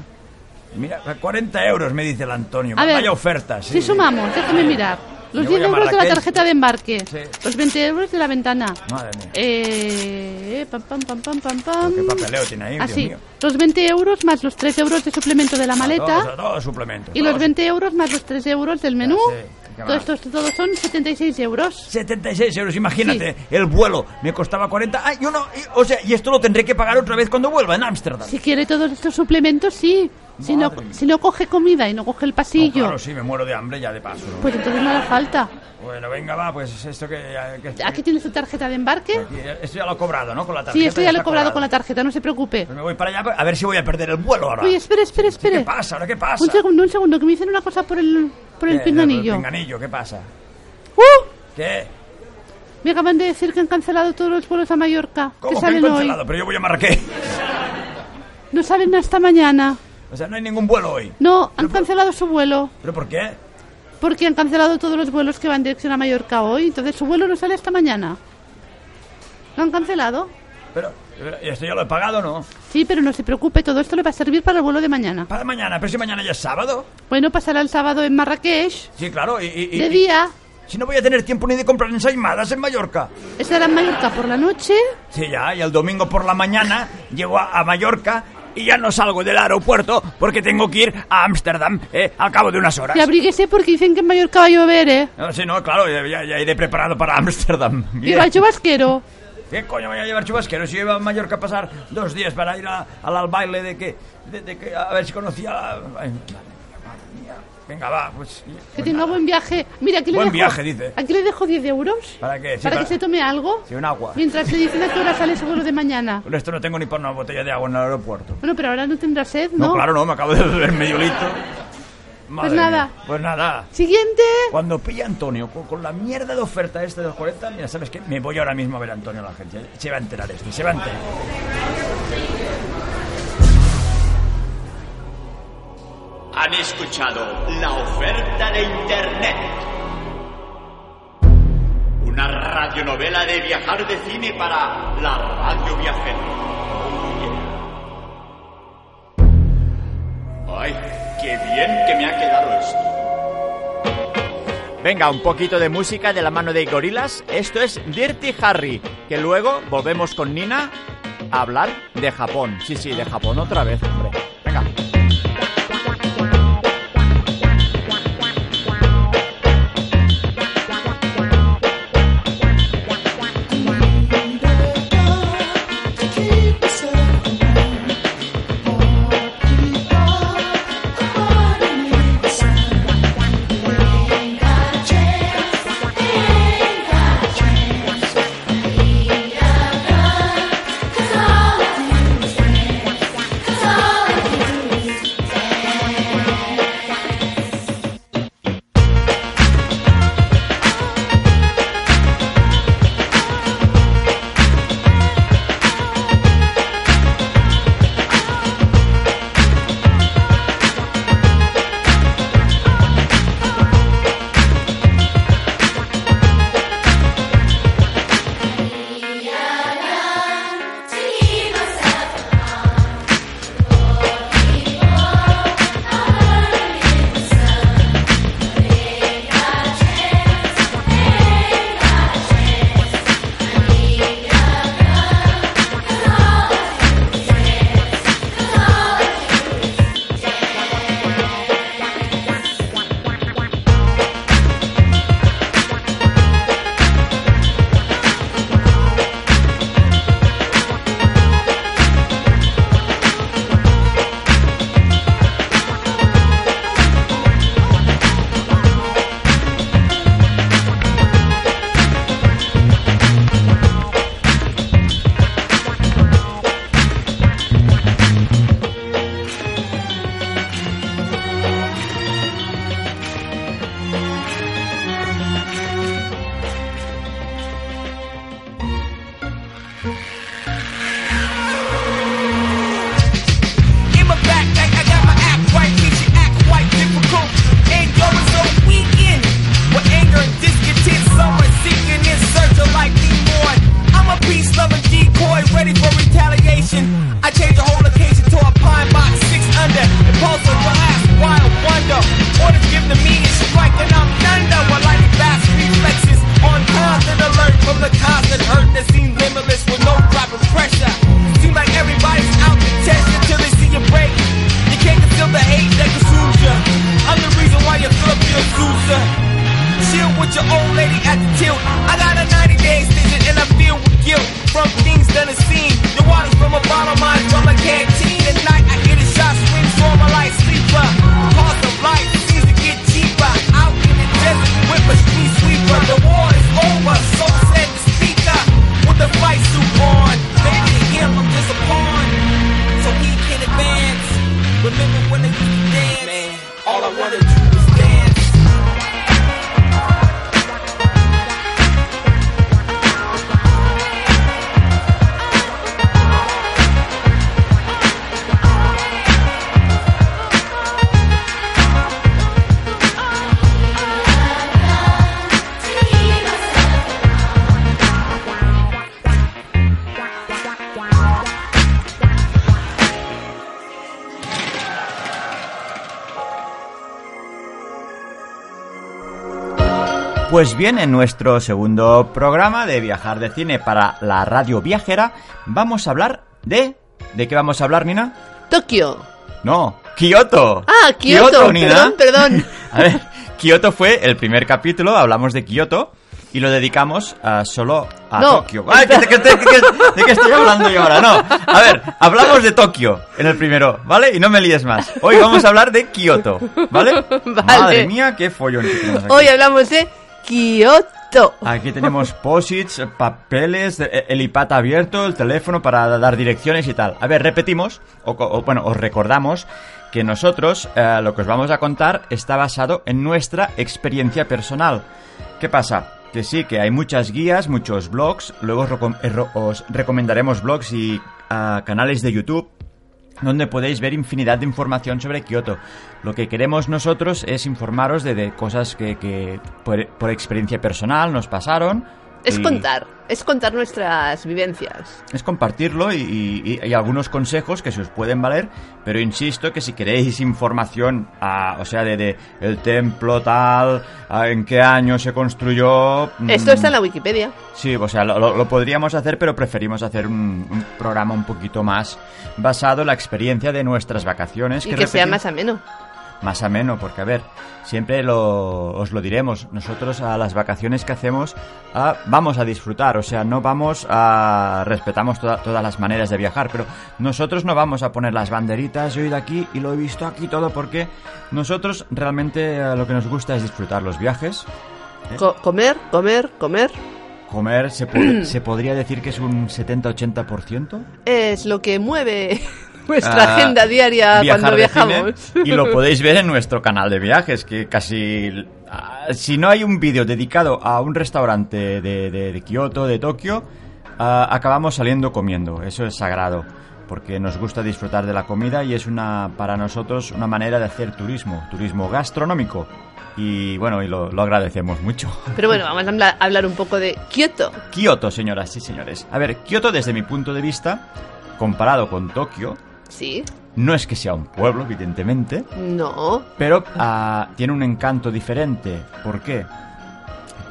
S4: Mira, 40 euros me dice el Antonio.
S5: A ver,
S4: Vaya oferta, sí.
S5: Si sumamos, déjame mirar.
S4: Yo
S5: Los
S4: voy
S5: 10
S4: a
S5: euros de la
S4: Marrakech.
S5: tarjeta de embarque.
S4: Sí.
S5: Los 20 euros de la ventana.
S4: Madre mía.
S5: Eh, pam, pam, pam, pam, pam, pam.
S4: Qué papeleo tiene ahí, Dios
S5: Así.
S4: mío. Ah,
S5: Los 20 euros más los 3 euros de suplemento de la
S4: Todos,
S5: maleta.
S4: todos suplementos.
S5: Y los
S4: todos.
S5: 20 euros más los 3 euros del menú.
S4: sí, qué
S5: Todo esto todo son 76 euros.
S4: 76 euros, imagínate, el vuelo me costaba 40. Ay, yo no, y- o sea, y esto lo tendré que pagar otra vez cuando vuelva en Ámsterdam.
S5: Si quiere todos estos suplementos, sí. Si no,
S4: Madre mía.
S5: si no coge comida y no coge el
S4: No,
S5: pasillo,
S4: claro, sí, me muero de hambre ya de paso. ¿no?
S5: pues entonces no hará falta.
S4: Bueno, venga, va, pues esto que... ya- que-
S5: Aquí tienes tu tarjeta de embarque.
S4: aquí, eh, esto ya lo he cobrado, ¿no? Con la tarjeta.
S5: Sí, esto ya lo he
S4: está
S5: cobrado con la
S4: cobrado.
S5: tarjeta, no se preocupe.
S4: Pues me voy para allá a ver si voy a perder el vuelo ahora.
S5: Uy, espere, espere, espere.
S4: ¿Qué pasa? ¿Ahora qué pasa?
S5: Un segundo, un segundo, que me dicen una cosa por el, por el
S4: Eh,
S5: pinganillo.
S4: El pinganillo, ¿qué pasa?
S5: ¡Uh!
S4: ¿Qué?
S5: Me acaban de decir que han cancelado todos los vuelos a Mallorca.
S4: ¿Cómo
S5: que
S4: que han
S5: salen hoy.
S4: cancelado? Pero yo voy a Marrakech.
S5: No salen hasta mañana.
S4: O sea, no hay ningún vuelo hoy.
S5: No, han cancelado su vuelo.
S4: ¿Pero por qué?
S5: Porque han cancelado todos los vuelos que van dirección a Mallorca hoy. Entonces su vuelo no sale hasta mañana. ¿Lo han cancelado?
S4: Pero, pero, ¿y ¿esto ya lo he pagado no?
S5: Sí, pero no se preocupe, todo esto le va a servir para el vuelo de mañana.
S4: Para mañana, pero si mañana ya es sábado.
S5: Bueno, pasará el sábado en Marrakech.
S4: Sí, claro, y... y- y-
S5: De día
S4: Si no voy a tener tiempo ni de comprar ensaimadas en Mallorca.
S5: estará en Mallorca por la noche.
S4: Sí, ya, y el domingo por la mañana llego a, a Mallorca y ya no salgo del aeropuerto porque tengo que ir a Ámsterdam eh, al cabo de unas horas.
S5: Y abríguese porque dicen que en Mallorca va a llover, ¿eh?
S4: No, sí, no, claro, ya, ya- ya iré preparado para Ámsterdam.
S5: Y va a chubasquero.
S4: ¿Qué coño voy a llevar chubasquero si iba a Mallorca a pasar dos días para ir a- al, al baile de que, de, de que... A ver si conocía... ay, madre mía, madre mía. Venga, va, pues...
S5: Que tenga buen viaje. Mira, aquí le
S4: Buen
S5: dejo,
S4: viaje, dice.
S5: Aquí le dejo 10 euros.
S4: ¿Para qué? Sí,
S5: para,
S4: para-
S5: que se tome algo.
S4: Sí, un agua.
S5: Mientras se dicen a qué hora sale su vuelo de mañana.
S4: Con esto no tengo ni para una botella de agua en el aeropuerto.
S5: Bueno, pero ahora no tendrá sed, ¿no?
S4: No, claro, no, me acabo de beber medio litro. Madre
S5: nada.
S4: mía. Pues nada.
S5: Siguiente.
S4: Cuando pilla Antonio con, con la mierda de oferta esta de los 40, mira, ¿sabes qué? Me voy ahora mismo a ver a Antonio a la agencia. Se va a enterar este, se va a enterar.
S6: Han escuchado la oferta de Internet. Una radionovela de viajar de cine para la radio viajera. Oh, yeah. Ay, qué bien que me ha quedado esto.
S7: Venga, un poquito de música de la mano de gorilas. Esto es Dirty Harry, que luego volvemos con Nina a hablar de Japón. Sí, sí, de Japón otra vez, hombre. Venga.
S8: Cause all I do is
S4: Pues bien, en nuestro segundo programa de Viajar de Cine para la radio viajera, vamos a hablar de... ¿De qué vamos a hablar, Nina?
S9: Tokio.
S4: No, Kioto.
S9: Ah, Kioto, perdón, perdón.
S4: [laughs] A ver, Kioto fue el primer capítulo, hablamos de Kioto y lo dedicamos ah, solo a
S9: No.
S4: Tokio. Ay, ¿qué- qué- qué- qué- de qué estoy hablando yo ahora? No. A ver, hablamos de Tokio en el primero, ¿vale? Y no me líes más. Hoy vamos a hablar de Kioto, ¿vale?
S9: Vale.
S4: Madre mía, qué follón que tenemos aquí.
S9: Hoy hablamos de Kioto.
S4: [laughs] Aquí tenemos posits, papeles, eh, el iPad abierto, el teléfono para dar direcciones y tal. A ver, repetimos, o, co- o, bueno, os recordamos que nosotros eh, lo que os vamos a contar está basado en nuestra experiencia personal. ¿Qué pasa? Que sí, que hay muchas guías, muchos blogs, luego os, recom- eh, ro- os recomendaremos blogs y ah, canales de YouTube donde podéis ver infinidad de información sobre Kioto. Lo que queremos nosotros es informaros de, de cosas que, que por, por experiencia personal nos pasaron.
S9: Es
S4: y
S9: contar, es contar nuestras vivencias.
S4: Es compartirlo y, y- y- y algunos consejos que se os pueden valer, pero insisto que si queréis información, ah, o sea, de, de el templo tal, ah, en qué año se construyó... mm,
S9: Esto está en la Wikipedia.
S4: Sí, o sea, lo, lo- lo podríamos hacer, pero preferimos hacer un, un programa un poquito más basado en la experiencia de nuestras vacaciones.
S9: Y que sea
S4: repetimos-
S9: más ameno.
S4: más ameno, porque a ver, siempre lo, os lo diremos, nosotros a las vacaciones que hacemos ah, vamos a disfrutar, o sea, no vamos a... respetamos toda- todas las maneras de viajar, pero nosotros no vamos a poner las banderitas, yo he ido aquí y lo he visto aquí todo, porque nosotros realmente eh, lo que nos gusta es disfrutar los viajes, ¿Eh?
S9: Co- comer, comer, comer.
S4: comer, se, pod- se podría decir que es un 70-80%.
S9: Es lo que mueve [laughs]
S4: Ah,
S9: nuestra agenda diaria
S4: viajar
S9: cuando
S4: de cine,
S9: viajamos.
S4: y lo podéis ver en nuestro canal de viajes, que casi... ah, si no hay un vídeo dedicado a un restaurante de, de- de Kioto, de Tokio, ah, acabamos saliendo comiendo. Eso es sagrado, porque nos gusta disfrutar de la comida y es una para nosotros una manera de hacer turismo, turismo gastronómico. Y bueno, y lo, lo agradecemos mucho.
S9: [laughs]
S4: [laughs]
S9: Pero bueno, vamos a habla- hablar un poco de Kioto.
S4: Kioto, señoras y señores. A ver, Kioto desde mi punto de vista, comparado con Tokio,
S9: Sí,
S4: no es que sea un pueblo, evidentemente,
S9: no.
S4: pero ah, tiene un encanto diferente. ¿Por qué?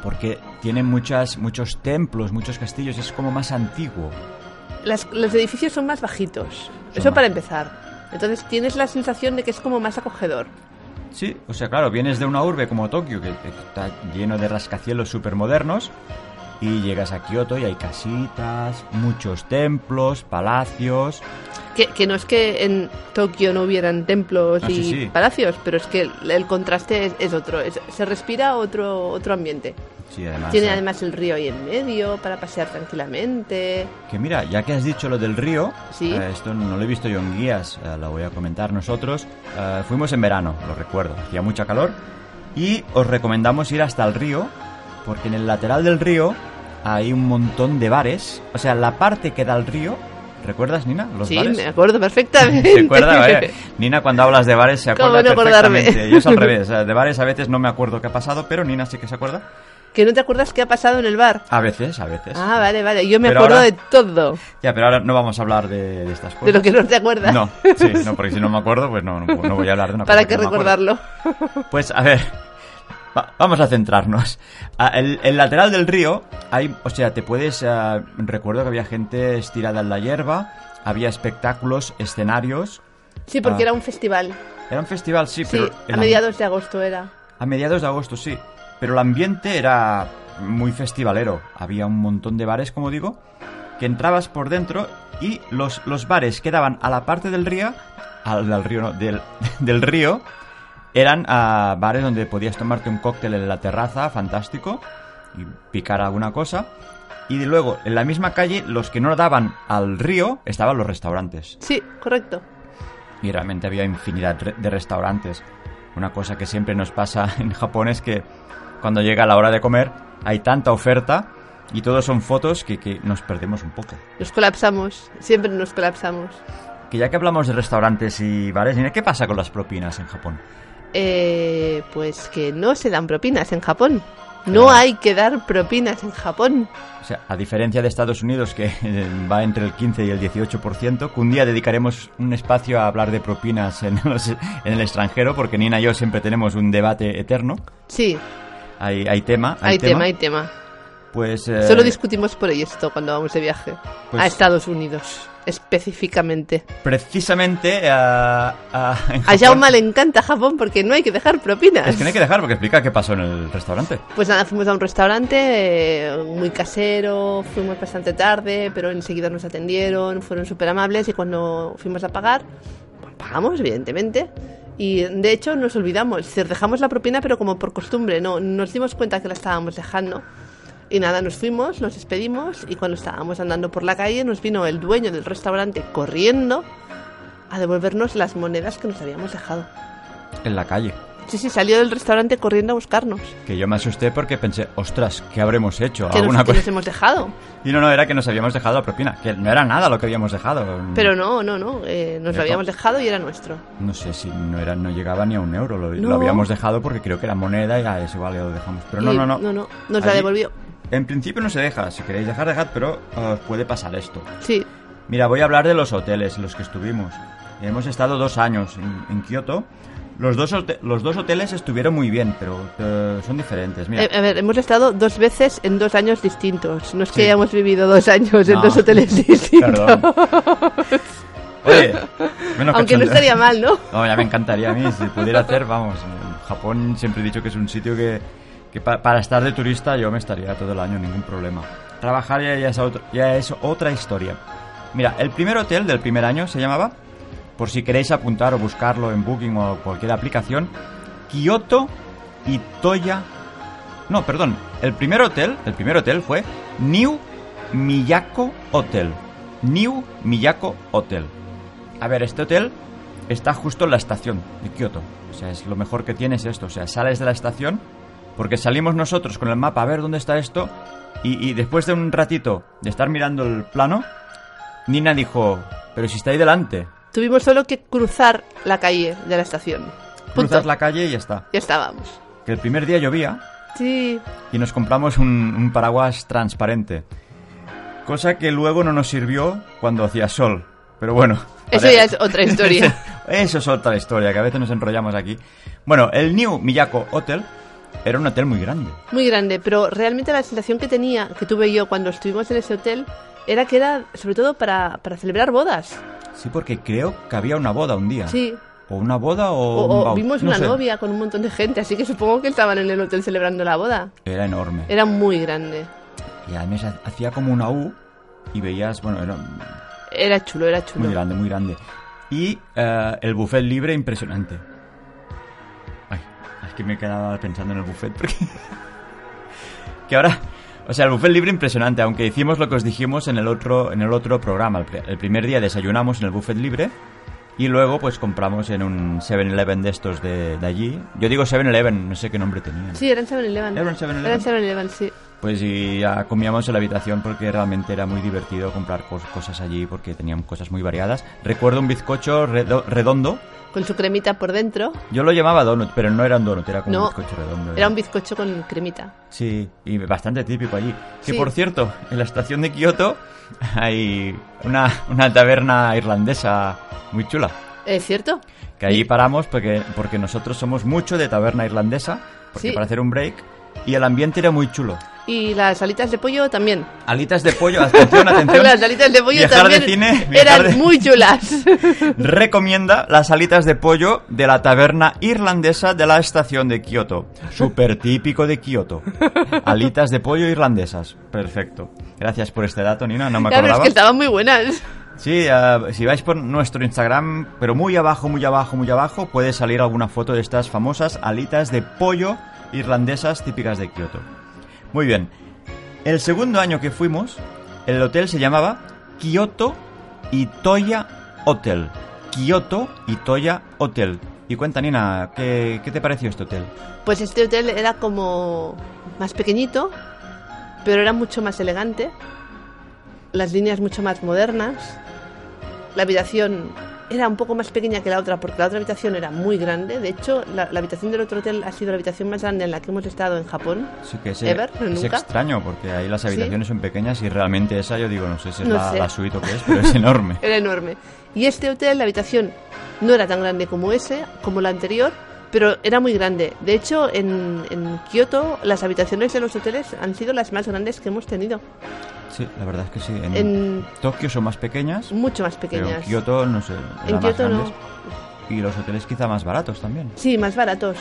S4: Porque tiene muchas, muchos templos, muchos castillos, es como más antiguo.
S9: Las- los edificios son más bajitos. Eso
S4: más-
S9: para empezar. Entonces tienes la sensación de que es como más acogedor.
S4: Sí, o sea, claro, vienes de una urbe como Tokio, que que está lleno de rascacielos supermodernos, y llegas a Kioto y hay casitas, muchos templos, palacios.
S9: Que, que no es que en Tokio no hubieran templos
S4: Ah,
S9: y
S4: sí, sí.
S9: palacios, pero es que el, el contraste es, es otro. es- se respira otro, otro ambiente.
S4: Sí, además.
S9: Tiene
S4: ah,
S9: además el río ahí en medio para pasear tranquilamente.
S4: Que mira, ya que has dicho lo del río,
S9: Sí.
S4: eh, esto no lo he visto yo en guías, eh, lo voy a comentar nosotros. Eh, fuimos en verano, lo recuerdo, hacía mucha calor y os recomendamos ir hasta el río porque en el lateral del río hay un montón de bares, o sea, la parte que da al río, ¿recuerdas Nina? Los [laughs]
S9: sí,
S4: bares.
S9: me acuerdo perfectamente.
S4: [laughs] ¿Se acuerda?
S9: [laughs]
S4: Vale. Nina cuando hablas de bares se
S9: ¿Cómo
S4: acuerda
S9: no acordarme?
S4: perfectamente. Yo es
S9: [laughs]
S4: al revés, eh, de bares a veces no me acuerdo qué ha pasado, pero Nina sí que se acuerda.
S9: que no te acuerdas qué ha pasado en el bar.
S4: A veces, a veces.
S9: Ah, vale, vale. Yo me
S4: Pero
S9: acuerdo
S4: ahora-
S9: de todo.
S4: Ya, pero ahora no vamos a hablar de, de estas cosas.
S9: De lo que no te acuerdas. [laughs]
S4: No, sí, no, porque si no me acuerdo, pues no, no, no voy a hablar de una
S9: Para
S4: cosa
S9: qué
S4: que no me acuerdo.
S9: recordarlo.
S4: Pues a ver, va- vamos a centrarnos. Ah, El, el lateral del río, hay, o sea, te puedes. ah, recuerdo que había gente estirada en la hierba, había espectáculos, escenarios.
S9: Sí, porque
S4: Ah.
S9: era un festival.
S4: Era un festival, sí,
S9: Sí,
S4: pero. el
S9: a
S4: am-
S9: mediados de agosto era.
S4: A mediados de agosto, sí. Pero el ambiente era muy festivalero. Había un montón de bares, como digo, que entrabas por dentro y los, los bares que daban a la parte del río, al del río, no, del, [laughs] del río, eran ah, bares donde podías tomarte un cóctel en la terraza, fantástico, y picar alguna cosa. Y de luego, en la misma calle, los que no daban al río, estaban los restaurantes.
S9: Sí, correcto.
S4: Y realmente había infinidad re- de restaurantes. Una cosa que siempre nos pasa [laughs] en Japón es que cuando llega la hora de comer hay tanta oferta y todo son fotos que, que nos perdemos un poco.
S9: Nos colapsamos. Siempre nos colapsamos.
S4: Que ya que hablamos de restaurantes y bares, mira, ¿qué pasa con las propinas en Japón?
S9: Eh, pues que no se dan propinas en Japón. No
S4: Ah.
S9: hay que dar propinas en Japón.
S4: O sea, a diferencia de Estados Unidos, que [laughs] eh, va entre el 15 y el 18%, que un día dedicaremos un espacio a hablar de [laughs] propinas en, los- en el extranjero, porque Nina y yo siempre tenemos un debate eterno.
S9: Sí,
S4: Hay, hay tema.
S9: Hay, tema, hay tema.
S4: Pues. eh,
S9: Solo discutimos por ahí esto cuando vamos de viaje.
S4: Pues-
S9: A Estados Unidos, específicamente.
S4: Precisamente eh, a. [laughs] en
S9: A
S4: Japón-
S9: Jauma le encanta Japón porque no hay que dejar propinas.
S4: Es que no hay que dejar porque explica qué pasó en el restaurante.
S9: Pues nada, fuimos a un restaurante eh, muy casero, fuimos bastante tarde, pero enseguida nos atendieron, fueron súper amables y cuando fuimos a pagar, pues pagamos, evidentemente. Y de hecho nos olvidamos, se- dejamos la propina, pero como por costumbre, no nos dimos cuenta que la estábamos dejando. Y nada, nos fuimos, nos despedimos y cuando estábamos andando por la calle nos vino el dueño del restaurante corriendo a devolvernos las monedas que nos habíamos dejado.
S4: En la calle.
S9: Sí, sí, salió del restaurante corriendo a buscarnos.
S4: Que yo me asusté porque pensé, ostras, ¿qué habremos hecho?
S9: Que
S4: ¿Alguna
S9: nos, que
S4: cosa?
S9: nos hemos dejado.
S4: Y no, no, era que nos habíamos dejado la propina. Que no era nada lo que habíamos dejado.
S9: Pero no, no, no. eh, nos
S4: Epa.
S9: lo habíamos dejado y era nuestro.
S4: No sé si no era, no llegaba ni a un euro. Lo, lo
S9: No.
S4: habíamos dejado porque creo que era moneda y a eso vale, lo dejamos. Pero no,
S9: Y-
S4: no, no.
S9: No, no. Nos la
S4: Allí-
S9: devolvió.
S4: En principio no se deja. Si queréis dejar, dejad, pero ah, os puede pasar esto.
S9: Sí.
S4: Mira, voy a hablar de los hoteles en los que estuvimos. Hemos estado dos años en, en Kioto. Los dos, hote- los dos hoteles estuvieron muy bien, pero eh, son diferentes. Mira,
S9: Eh, a ver, hemos estado dos veces en dos años distintos. No es que
S4: Sí.
S9: hayamos vivido dos años en
S4: No. [laughs]
S9: dos hoteles distintos.
S4: Perdón. Oye, menos
S9: Aunque no
S4: cachondeo.
S9: estaría mal, ¿no?
S4: No, ya me encantaría a mí, si pudiera hacer, vamos, Japón siempre he dicho que es un sitio que, que pa- para estar de turista yo me estaría todo el año, ningún problema. Trabajar ya, ya es otro- ya es otra historia. Mira, el primer hotel del primer año se llamaba, por si queréis apuntar o buscarlo en Booking o cualquier aplicación, Kyoto Itoya... No, perdón, el primer hotel, el primer hotel fue New Miyako Hotel. New Miyako Hotel. A ver, este hotel está justo en la estación de Kioto. O sea, es lo mejor que tienes esto. O sea, sales de la estación porque salimos nosotros con el mapa a ver dónde está esto. Y, y después de un ratito de estar mirando el plano, Nina dijo, pero si está ahí delante,
S9: Tuvimos solo que cruzar la calle de la estación. Punto.
S4: cruzas la calle y ya está.
S9: Ya estábamos.
S4: Que el primer día llovía
S9: Sí.
S4: y nos compramos un, un paraguas transparente. Cosa que luego no nos sirvió cuando hacía sol. Pero bueno.
S9: Eso
S4: para-
S9: ya es
S4: [laughs]
S9: otra historia.
S4: Eso es otra historia, que a veces nos enrollamos aquí. Bueno, el New Miyako Hotel era un hotel muy grande.
S9: Muy grande, pero realmente la sensación que tenía, que tuve yo cuando estuvimos en ese hotel, era que era sobre todo para, Ah, para celebrar bodas.
S4: Sí, porque creo que había una boda un día.
S9: Sí.
S4: O una boda o...
S9: O,
S4: un
S9: o
S4: bau-
S9: vimos
S4: Oh, no
S9: una
S4: sé.
S9: novia con un montón de gente, así que supongo que estaban en el hotel celebrando la boda.
S4: Era enorme.
S9: Era muy grande.
S4: Y además ha- hacía como una U y veías, bueno, era
S9: Era chulo, era chulo.
S4: muy grande, muy grande. Y eh, el buffet libre impresionante. Ay, es que me quedaba pensando en el buffet porque... [laughs] que ahora... O sea, el buffet libre impresionante, aunque hicimos lo que os dijimos en el otro, en el otro programa. El, pri- el primer día desayunamos en el buffet libre y luego pues compramos en un 7-Eleven de estos de, de allí. Yo digo 7-Eleven, no sé qué nombre tenían.
S9: Sí, eran 7-Eleven.
S4: Eran 7-Eleven.
S9: Eran 7-Eleven, sí.
S4: Pues y ya comíamos en la habitación porque realmente era muy divertido comprar cos- cosas allí porque tenían cosas muy variadas. Recuerdo un bizcocho redo- redondo.
S9: Con su cremita por dentro.
S4: Yo lo llamaba donut, pero no era un donut, era como
S9: No,
S4: un bizcocho redondo.
S9: Era un bizcocho con cremita.
S4: Sí, y bastante típico allí. Que
S9: Sí.
S4: por cierto, en la estación de Kioto [laughs] hay una, una taberna irlandesa muy chula.
S9: ¿Es cierto?
S4: Que allí paramos porque, porque nosotros somos mucho de taberna irlandesa, porque
S9: Sí.
S4: para hacer un break. Y el ambiente era muy chulo.
S9: Y las alitas de pollo también. [laughs]
S4: Alitas de pollo, atención, atención.
S9: las alitas de pollo
S4: Viajar
S9: también
S4: de cine, viajar
S9: eran
S4: de-
S9: muy chulas.
S4: [laughs] recomienda las alitas de pollo de la taberna irlandesa de la estación de Kioto. Súper típico de Kioto. Alitas de pollo irlandesas. Perfecto. Gracias por este dato, Nina. No me
S9: claro, es
S4: acordaba.
S9: que estaban muy buenas.
S4: Sí, eh, si vais por nuestro Instagram, pero muy abajo, muy abajo, muy abajo, puede salir alguna foto de estas famosas alitas de pollo irlandesas típicas de Kioto. Muy bien. El segundo año que fuimos, el hotel se llamaba Kyoto Itoya Hotel. Kyoto Itoya Hotel. Y cuenta, Nina, ¿qué, qué te pareció este hotel?
S9: Pues este hotel era como más pequeñito, pero era mucho más elegante. Las líneas mucho más modernas. La habitación era un poco más pequeña que la otra, porque la otra habitación era muy grande. De hecho, la, la habitación del otro hotel ha sido la habitación más grande en la que hemos estado en Japón.
S4: Sí que ese-
S9: Ever,
S4: es
S9: nunca.
S4: extraño, porque ahí las
S9: Sí.
S4: habitaciones son pequeñas y realmente esa, yo digo, no sé si es
S9: No
S4: la,
S9: sé.
S4: la suite o qué es, pero es [laughs] enorme.
S9: Era enorme. Y este hotel, la habitación no era tan grande como ese, como la anterior, pero era muy grande. De hecho, en, en Kioto las habitaciones de los hoteles han sido las más grandes que hemos tenido.
S4: Sí, la verdad es que sí. En,
S9: En-
S4: Tokio son más pequeñas.
S9: Mucho más
S4: Pero
S9: pequeñas.
S4: Kioto no sé.
S9: En
S4: eran más
S9: Kioto no.
S4: grandes. Y los hoteles quizá más baratos también.
S9: Sí, más baratos.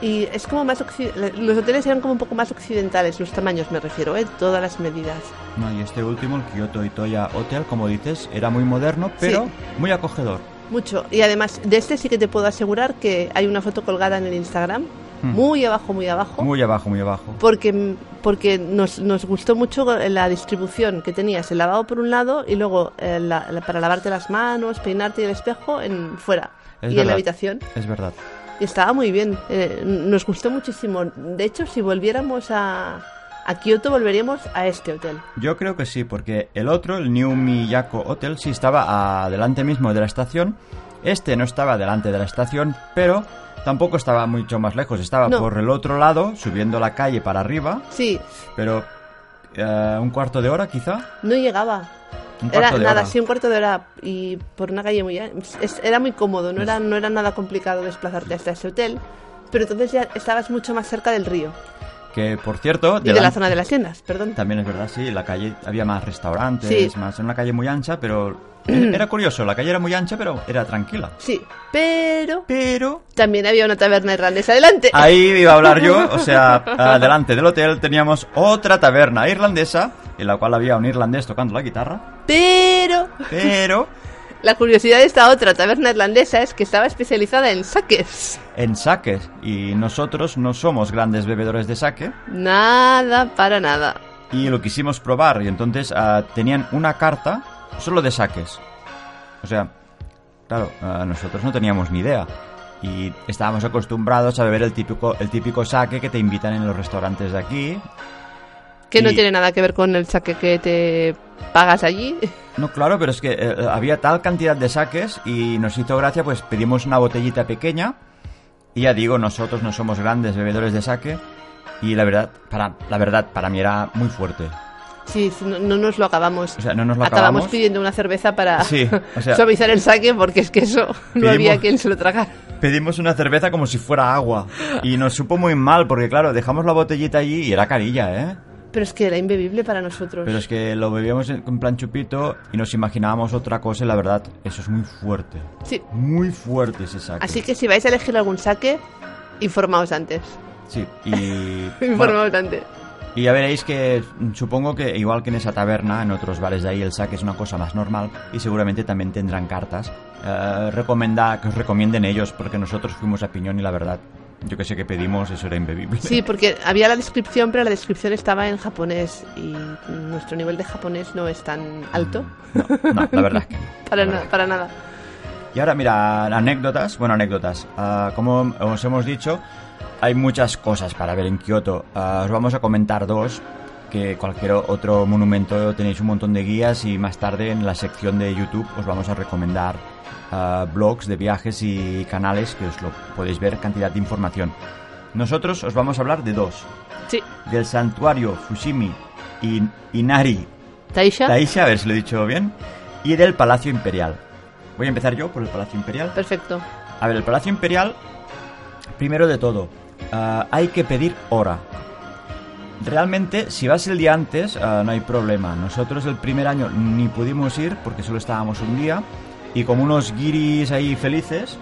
S9: Y es como más occi- los hoteles eran como un poco más occidentales, los tamaños me refiero, ¿eh? todas las medidas.
S4: No, y este último, el Kyoto Itoya Hotel, como dices, era muy moderno, pero
S9: Sí.
S4: muy acogedor.
S9: Mucho. Y además, de este sí que te puedo asegurar que hay una foto colgada en el Instagram,
S4: Hmm.
S9: muy abajo, muy abajo,
S4: Muy abajo, muy abajo.
S9: Pues porque, porque nos, nos gustó mucho la distribución que tenías, el lavado por un lado y luego eh, la- la- para lavarte las manos, peinarte y el espejo en fuera
S4: Es
S9: y en
S4: verdad.
S9: la habitación.
S4: Es verdad.
S9: Y estaba muy bien, eh, nos gustó muchísimo. De hecho, si volviéramos a, a Kioto, volveríamos a este hotel.
S4: Yo creo que sí, porque el otro, el New Miyako Hotel, sí estaba adelante mismo de la estación. Este no estaba delante de la estación, pero tampoco estaba mucho más lejos. Estaba
S9: No.
S4: por el otro lado, subiendo la calle para arriba,
S9: Sí,
S4: pero eh, un cuarto de hora quizá.
S9: no llegaba.
S4: Un cuarto
S9: Era
S4: de
S9: nada,
S4: hora.
S9: sí, un cuarto de hora y por una calle muy... es- era muy cómodo, no era, no era nada complicado desplazarte hasta ese hotel, pero entonces ya estabas mucho más cerca del río
S4: Que por cierto,
S9: y de la
S4: delan-
S9: zona de las tiendas, perdón.
S4: También es verdad, sí, la calle había más restaurantes,
S9: Sí.
S4: más en una calle muy ancha,
S9: [clears throat]
S4: pero era curioso, la calle era muy ancha, pero era tranquila.
S9: Sí, pero
S4: Pero
S9: también había una taberna irlandesa adelante.
S4: ahí
S9: eh.
S4: iba a hablar yo, o sea,
S9: [laughs]
S4: eh, delante del hotel teníamos otra taberna irlandesa, en la cual había un irlandés tocando la guitarra,
S9: Pero
S4: pero
S9: la curiosidad de esta otra taberna irlandesa es que estaba especializada en saques.
S4: en saques y nosotros no somos grandes bebedores de saque
S9: Nada para nada.
S4: y lo quisimos probar y entonces ah, tenían una carta solo de saques. O sea, claro, ah, nosotros no teníamos ni idea y estábamos acostumbrados a beber el típico el típico saque que te invitan en los restaurantes de aquí.
S9: Que no
S4: Y-
S9: tiene nada que ver con el saque que te pagas allí.
S4: No, claro, pero es que eh, había tal cantidad de saques y nos hizo gracia, pues pedimos una botellita pequeña y ya digo, nosotros no somos grandes bebedores de saque y la verdad, para la verdad para mí era muy fuerte.
S9: Sí, sí, no, no nos lo acabamos.
S4: O sea, no nos lo
S9: acabamos.
S4: acabamos.
S9: pidiendo una cerveza para
S4: Sí,
S9: [laughs]
S4: o sea-
S9: suavizar el saque porque es que eso no
S4: Pedimos-
S9: había quien se lo tragara.
S4: Pedimos una cerveza como si fuera agua. Y nos supo muy mal, porque claro, dejamos la botellita allí y era carilla, ¿eh?
S9: Pero es que era imbebible para nosotros.
S4: Pero es que lo bebíamos en en plan chupito y nos imaginábamos otra cosa y la verdad, eso es muy fuerte.
S9: Sí.
S4: Muy fuerte ese saque.
S9: Así que si vais a elegir algún saque, informaos antes.
S4: Sí,
S9: [laughs]
S4: y... bueno,
S9: Informaos antes.
S4: y ya veréis que mm, supongo que igual que en esa taberna, en otros bares de ahí, el saque es una cosa más normal y seguramente también tendrán cartas. Eh, recomenda que os recomienden ellos, porque nosotros fuimos a Piñón y la verdad, yo que sé que pedimos, eso era imbebible.
S9: Sí, porque había la descripción, pero la descripción estaba en japonés y nuestro nivel de japonés no es tan alto.
S4: No, [laughs] no, la verdad es que no. La
S9: Para, na-
S4: verdad.
S9: para nada.
S4: Y ahora, mira, anécdotas. Bueno, anécdotas. Ah, como os hemos dicho, hay muchas cosas para ver en Kioto. Ah, os vamos a comentar dos, que cualquier otro monumento tenéis un montón de guías y más tarde en la sección de YouTube os vamos a recomendar ah, blogs de viajes y canales que os lo podéis ver, cantidad de información. Nosotros os vamos a hablar de dos,
S9: Sí.
S4: del santuario Fushimi y Inari
S9: Taisha.
S4: Taisha, a ver si lo he dicho bien, y del Palacio Imperial. Voy a empezar yo por el Palacio Imperial.
S9: Perfecto.
S4: A ver, el Palacio Imperial, primero de todo, ah, hay que pedir hora. Realmente, si vas el día antes, ah, no hay problema. Nosotros el primer año ni pudimos ir porque solo estábamos un día y como unos guiris ahí felices,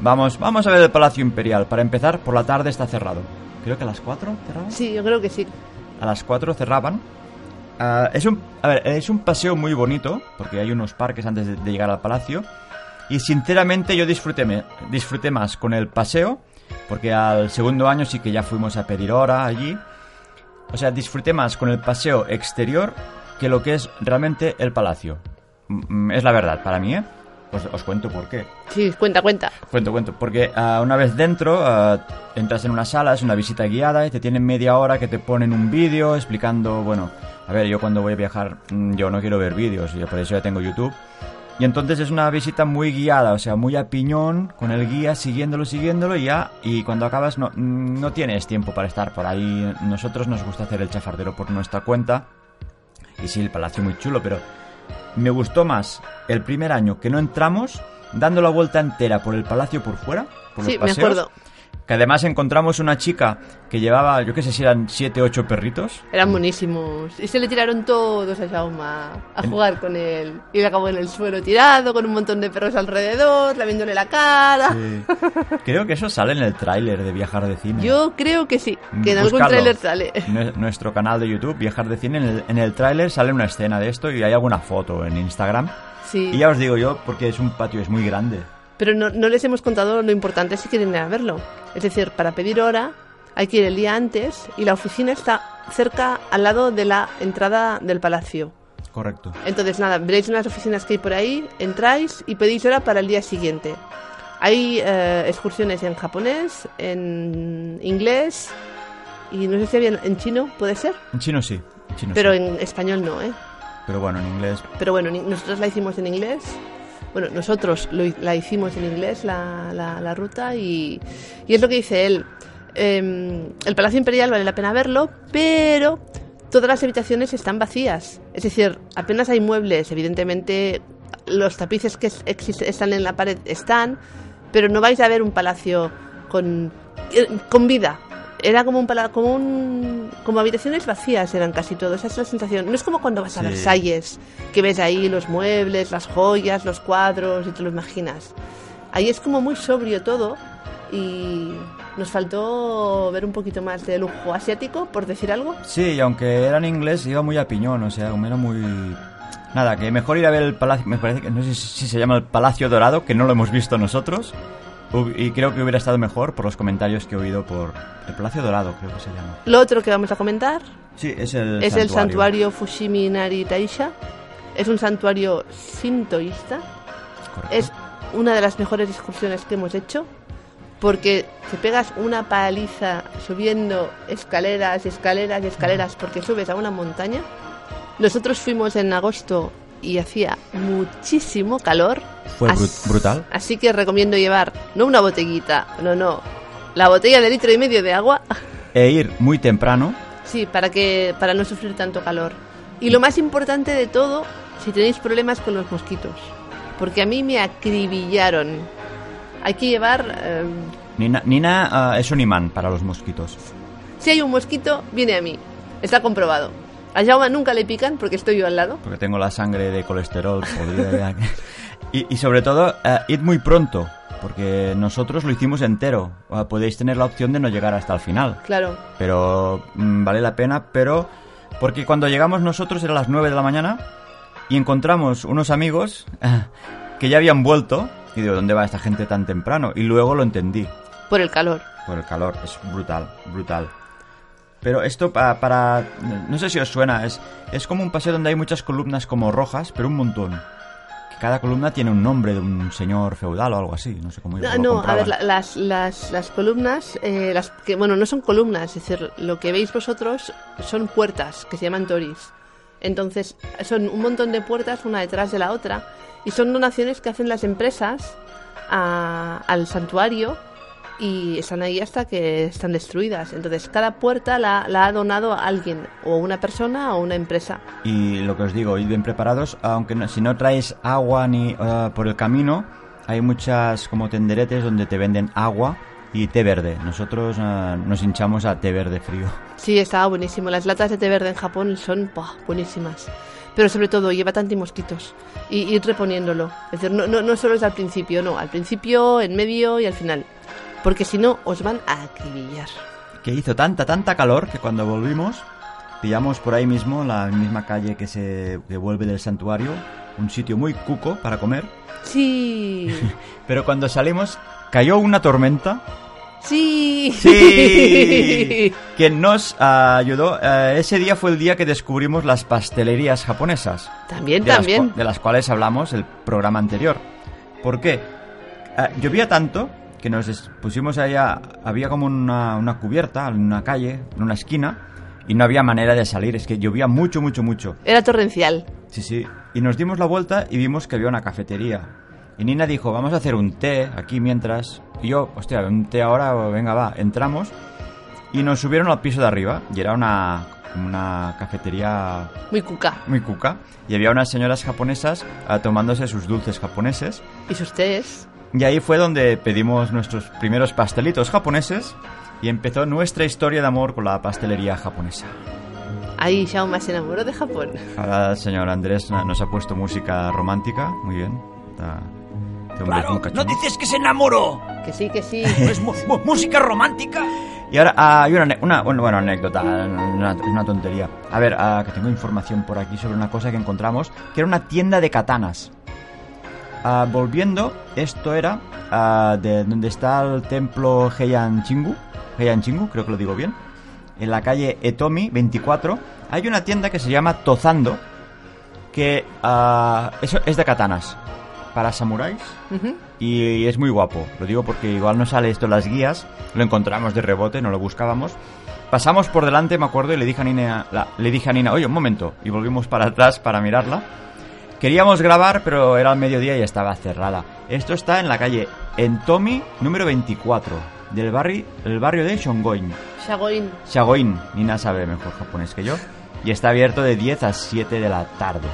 S4: vamos, vamos a ver el Palacio Imperial. Para empezar, por la tarde está cerrado. Creo que a las 4 cerrado
S9: Sí, yo creo que sí.
S4: a las 4 cerraban. Ah, es, un, a ver, es un paseo muy bonito, porque hay unos parques antes de, de llegar al palacio. Y sinceramente yo disfruté, me- disfruté más con el paseo, porque al segundo año sí que ya fuimos a pedir hora allí. O sea, disfruté más con el paseo exterior que lo que es realmente el palacio. Mm, mm, Es la verdad para mí, ¿eh? Os- os cuento por qué.
S9: Sí, cuenta, cuenta.
S4: Cuento, cuento. Porque ah, una vez dentro, ah, entras en una sala, es una visita guiada y te tienen media hora que te ponen un vídeo explicando, bueno, a ver, yo cuando voy a viajar, mm, yo no quiero ver vídeos, y por eso ya tengo YouTube. Y entonces es una visita muy guiada, o sea, muy a piñón, con el guía, siguiéndolo, siguiéndolo y ya. Y cuando acabas no, mm, no tienes tiempo para estar por ahí. Nosotros nos gusta hacer el chafardero por nuestra cuenta. Y sí, el palacio muy chulo, pero me gustó más el primer año que no entramos, dando la vuelta entera por el palacio por fuera, por los
S9: Sí, me
S4: paseos,
S9: acuerdo.
S4: Que además encontramos una chica que llevaba, yo qué sé si eran 7, 8 perritos.
S9: Eran buenísimos. Y se le tiraron todos a Jauma a jugar con él. Y le acabó en el suelo tirado, con un montón de perros alrededor, lamiéndole la cara.
S4: Sí. Creo que eso sale en el tráiler de Viajar de Cine.
S9: Yo creo que sí, que en algún
S4: Mm, Buscadlo. [laughs]
S9: tráiler sale.
S4: Nue- Nuestro canal de YouTube, Viajar de Cine, en el, en el tráiler sale una escena de esto y hay alguna foto en Instagram.
S9: Sí.
S4: Y ya os digo yo, porque es un patio, es muy grande.
S9: Pero no, no les hemos contado lo importante si quieren ir a verlo. Es decir, para pedir hora hay que ir el día antes y la oficina está cerca al lado de la entrada del palacio.
S4: Correcto.
S9: Entonces, nada, veréis unas oficinas que hay por ahí, entráis y pedís hora para el día siguiente. Hay eh, excursiones en japonés, en inglés y no sé si había en chino, puede ser,
S4: En chino sí. en chino
S9: pero
S4: sí.
S9: en español no, ¿eh?
S4: Pero bueno, en inglés.
S9: Pero bueno, ni- nosotros la hicimos en inglés. Bueno, nosotros lo hi- la hicimos en inglés, la, la- la ruta, y, y es lo que dice él. Em, el Palacio Imperial vale la pena verlo, pero todas las habitaciones están vacías. Es decir, apenas hay muebles, evidentemente los tapices que es- exist- están en la pared están, pero no vais a ver un palacio con, eh, con vida. Era como un, pala- como un como habitaciones vacías eran casi todos. Esa es la sensación. No es como cuando vas a
S4: Sí.
S9: Versalles, que ves ahí los muebles, las joyas, los cuadros y te lo imaginas. Ahí es como muy sobrio todo y nos faltó ver un poquito más de lujo asiático, por decir algo.
S4: Sí, y aunque era en inglés, iba muy a piñón, o sea, como era muy... Nada, que mejor ir a ver el palacio, me parece que no sé si se llama el Palacio Dorado, que no lo hemos visto nosotros, Hu- y creo que hubiera estado mejor por los comentarios que he oído por... El Palacio Dorado creo que se llama.
S9: Lo otro que vamos a comentar
S4: Sí, es el
S9: es el santuario Fushimi Nari Taisha. Es un santuario sintoísta.
S4: Correcto.
S9: Es una de las mejores excursiones que hemos hecho porque te pegas una paliza subiendo escaleras y escaleras y escaleras porque subes a una montaña. Nosotros fuimos en agosto y hacía muchísimo calor.
S4: Fue bru- brutal.
S9: Así que recomiendo llevar no una botellita, no, no, la botella de litro y medio de agua.
S4: E ir muy temprano,
S9: Sí, para que para no sufrir tanto calor. Y lo más importante de todo, si tenéis problemas con los mosquitos, porque a mí me acribillaron. Hay que llevar eh,
S4: Nina, Nina ah, es un imán para los mosquitos.
S9: si hay un mosquito, viene a mí. Está comprobado. A Jaume nunca le pican porque estoy yo al lado.
S4: Porque tengo la sangre de colesterol podrida. ya. y, y sobre todo, eh, id muy pronto, porque nosotros lo hicimos entero. O podéis tener la opción de no llegar hasta el final.
S9: Claro.
S4: Pero mm, vale la pena, pero... Porque cuando llegamos nosotros era las 9 de la mañana y encontramos unos amigos ah, que ya habían vuelto. Y digo, ¿dónde va esta gente tan temprano? Y luego lo entendí.
S9: Por el calor.
S4: Por el calor, es brutal, brutal. Pero esto para, para... No sé si os suena, es, es como un paseo donde hay muchas columnas como rojas, pero un montón. Que cada columna tiene un nombre de un señor feudal o algo así, no sé cómo
S9: Ah, No,
S4: lo
S9: no, a
S4: compraban.
S9: ver, la- las, las, las columnas, eh, las que, bueno, no son columnas, es decir, lo que veis vosotros son puertas que se llaman toris. Entonces, son un montón de puertas una detrás de la otra y son donaciones que hacen las empresas a- al santuario y están ahí hasta que están destruidas. Entonces, cada puerta la, la ha donado a alguien, o una persona o una empresa.
S4: Y lo que os digo, id bien preparados, aunque no- si no traes agua ni ah, por el camino, hay muchas como tenderetes donde te venden agua y té verde. Nosotros ah, nos hinchamos a té verde frío.
S9: Sí, estaba buenísimo. Las latas de té verde en Japón son ¡buah! buenísimas. Pero sobre todo, lleva tantos mosquitos. Y ir reponiéndolo. Es decir, no, no, no solo es al principio, no. Al principio, en medio y al final. Porque si no, os van a acribillar.
S4: que hizo tanta, tanta calor que cuando volvimos pillamos por ahí mismo, la misma calle que se que vuelve del santuario, un sitio muy cuco para comer.
S9: [laughs] Sí.
S4: Pero cuando salimos cayó una tormenta.
S9: Sí.
S4: Sí. que nos ah, ayudó. Ah, ese día fue el día que descubrimos las pastelerías japonesas.
S9: También,
S4: de las
S9: también.
S4: cua- de las cuales hablamos el programa anterior. ¿Por qué? Ah, llovía tanto que nos des- pusimos allá, había como una, una cubierta en una calle, en una esquina, y no había manera de salir, es que llovía mucho, mucho, mucho.
S9: Era torrencial.
S4: Sí, sí. Y nos dimos la vuelta y vimos que había una cafetería. Y Nina dijo, vamos a hacer un té aquí mientras. Y yo, hostia, un té ahora, venga, va, entramos. Y nos subieron al piso de arriba, y era una, como una cafetería
S9: Muy cuca.
S4: muy cuca y había unas señoras japonesas ah, tomándose sus dulces japoneses
S9: Y sus tés.
S4: Y ahí fue donde pedimos nuestros primeros pastelitos japoneses y empezó nuestra historia de amor con la pastelería japonesa.
S9: Ahí Shauma se enamoró de Japón.
S4: Ahora el señor Andrés nos ha puesto música romántica, muy bien. Está... este hombre es
S5: Claro,
S4: un cachondo.
S5: no dices que se enamoró.
S9: Que sí, que sí.
S5: No es mu- mu- música romántica.
S4: Y ahora ah, hay una, ane- una- bueno, bueno, anécdota, una, una tontería. A ver, ah, que tengo información por aquí sobre una cosa que encontramos, que era una tienda de katanas. Ah, volviendo, esto era ah, de donde está el templo Heian Chingu, Heian Chingu, creo que lo digo bien, en la calle Etomi 24, hay una tienda que se llama Tozando, que ah, eso es de katanas, para samuráis
S9: Ujú.
S4: y es muy guapo. Lo digo porque igual no sale esto en las guías, lo encontramos de rebote, no lo buscábamos. Pasamos por delante, me acuerdo, y le dije a Nina, la- le dije a Nina, oye, un momento, y volvimos para atrás para mirarla. Queríamos grabar, pero era al mediodía y estaba cerrada. Esto está en la calle Entomi número 24 del barrio, el barrio de Shongoin.
S9: Shagoin.
S4: Shagoin, Nina sabe mejor japonés que yo. Y está abierto de 10 a 7 de la tarde.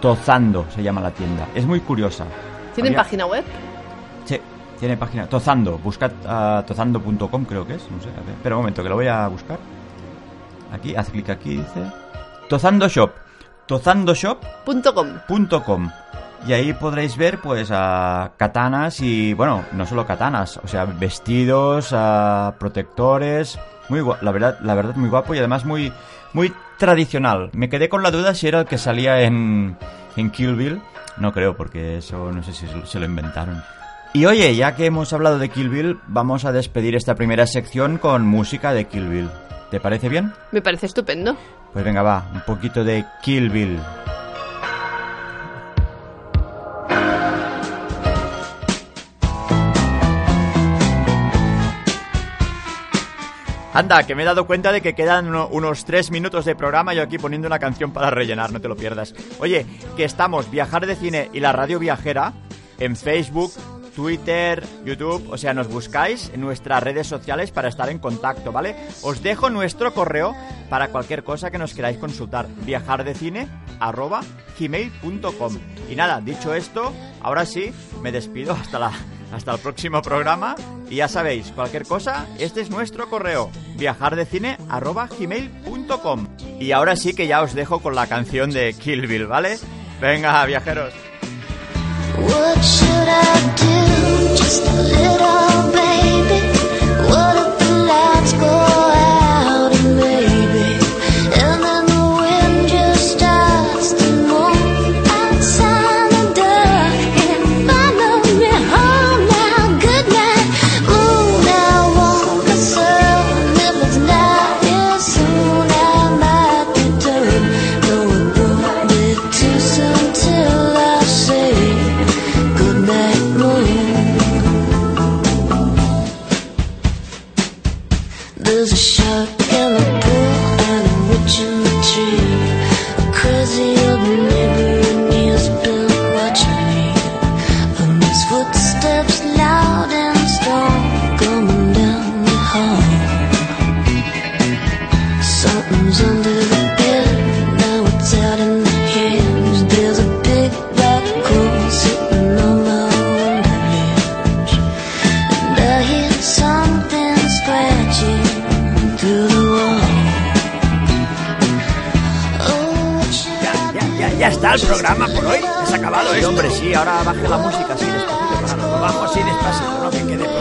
S4: Tozando se llama la tienda. Es muy curiosa.
S9: ¿Tienen
S4: Había-
S9: página web?
S4: Sí, tiene página. Tozando, buscad ah, tozando.com creo que es, no sé. a ver, espera un momento, que lo voy a buscar. Aquí, haz clic aquí, dice. Tozando Shop. Tozandoshop.com.
S9: Punto com.
S4: Y ahí podréis ver, pues, a katanas y, bueno, no solo katanas, o sea, vestidos, a protectores. Muy guapo, la verdad, la verdad, muy guapo y además muy, muy tradicional. Me quedé con la duda si era el que salía en, en Kill Bill. No creo, porque eso no sé si se lo- se lo inventaron. Y oye, ya que hemos hablado de Kill Bill, vamos a despedir esta primera sección con música de Kill Bill. ¿Te parece bien?
S9: Me parece estupendo.
S4: Pues venga, va, un poquito de Kill Bill. Anda, que me he dado cuenta de que quedan uno- unos 3 minutos de programa yo aquí poniendo una canción para rellenar, no te lo pierdas. Oye, que estamos Viajar de Cine y la Radio Viajera en Facebook, Twitter, YouTube, o sea, nos buscáis en nuestras redes sociales para estar en contacto, ¿vale? Os dejo nuestro correo para cualquier cosa que nos queráis consultar, viajardecine@gmail.com. Y nada, dicho esto, ahora sí me despido hasta la hasta el próximo programa y ya sabéis, cualquier cosa, este es nuestro correo, viajardecine.gmail.com. Y ahora sí que ya os dejo con la canción de Kill Bill, ¿vale? Venga, viajeros.
S8: What should I do? Just a little baby. What if the lights go out and maybe? And then the wind just starts to move outside the door. And follow me home now, good night. Moon, I won't concern if it's not here soon. I might return. Though it won't be too soon till I say. Good night, moon. There's a shark in the pool and a witch in the tree. A crazy old neighbor and he's been watching me. And his footsteps loud and strong coming down the hall. Something's under the bed, now it's out in the hills. There's a big black hole sitting on my window ledge. And I hear something scratching through the wall. Oh, what should I do?
S5: Ya, ya está el programa por hoy. Se ha acabado
S4: Vale,
S5: esto.
S4: hombre, sí, ahora baje la música así despacito para abajo,
S5: Vamos así despacito, no que quede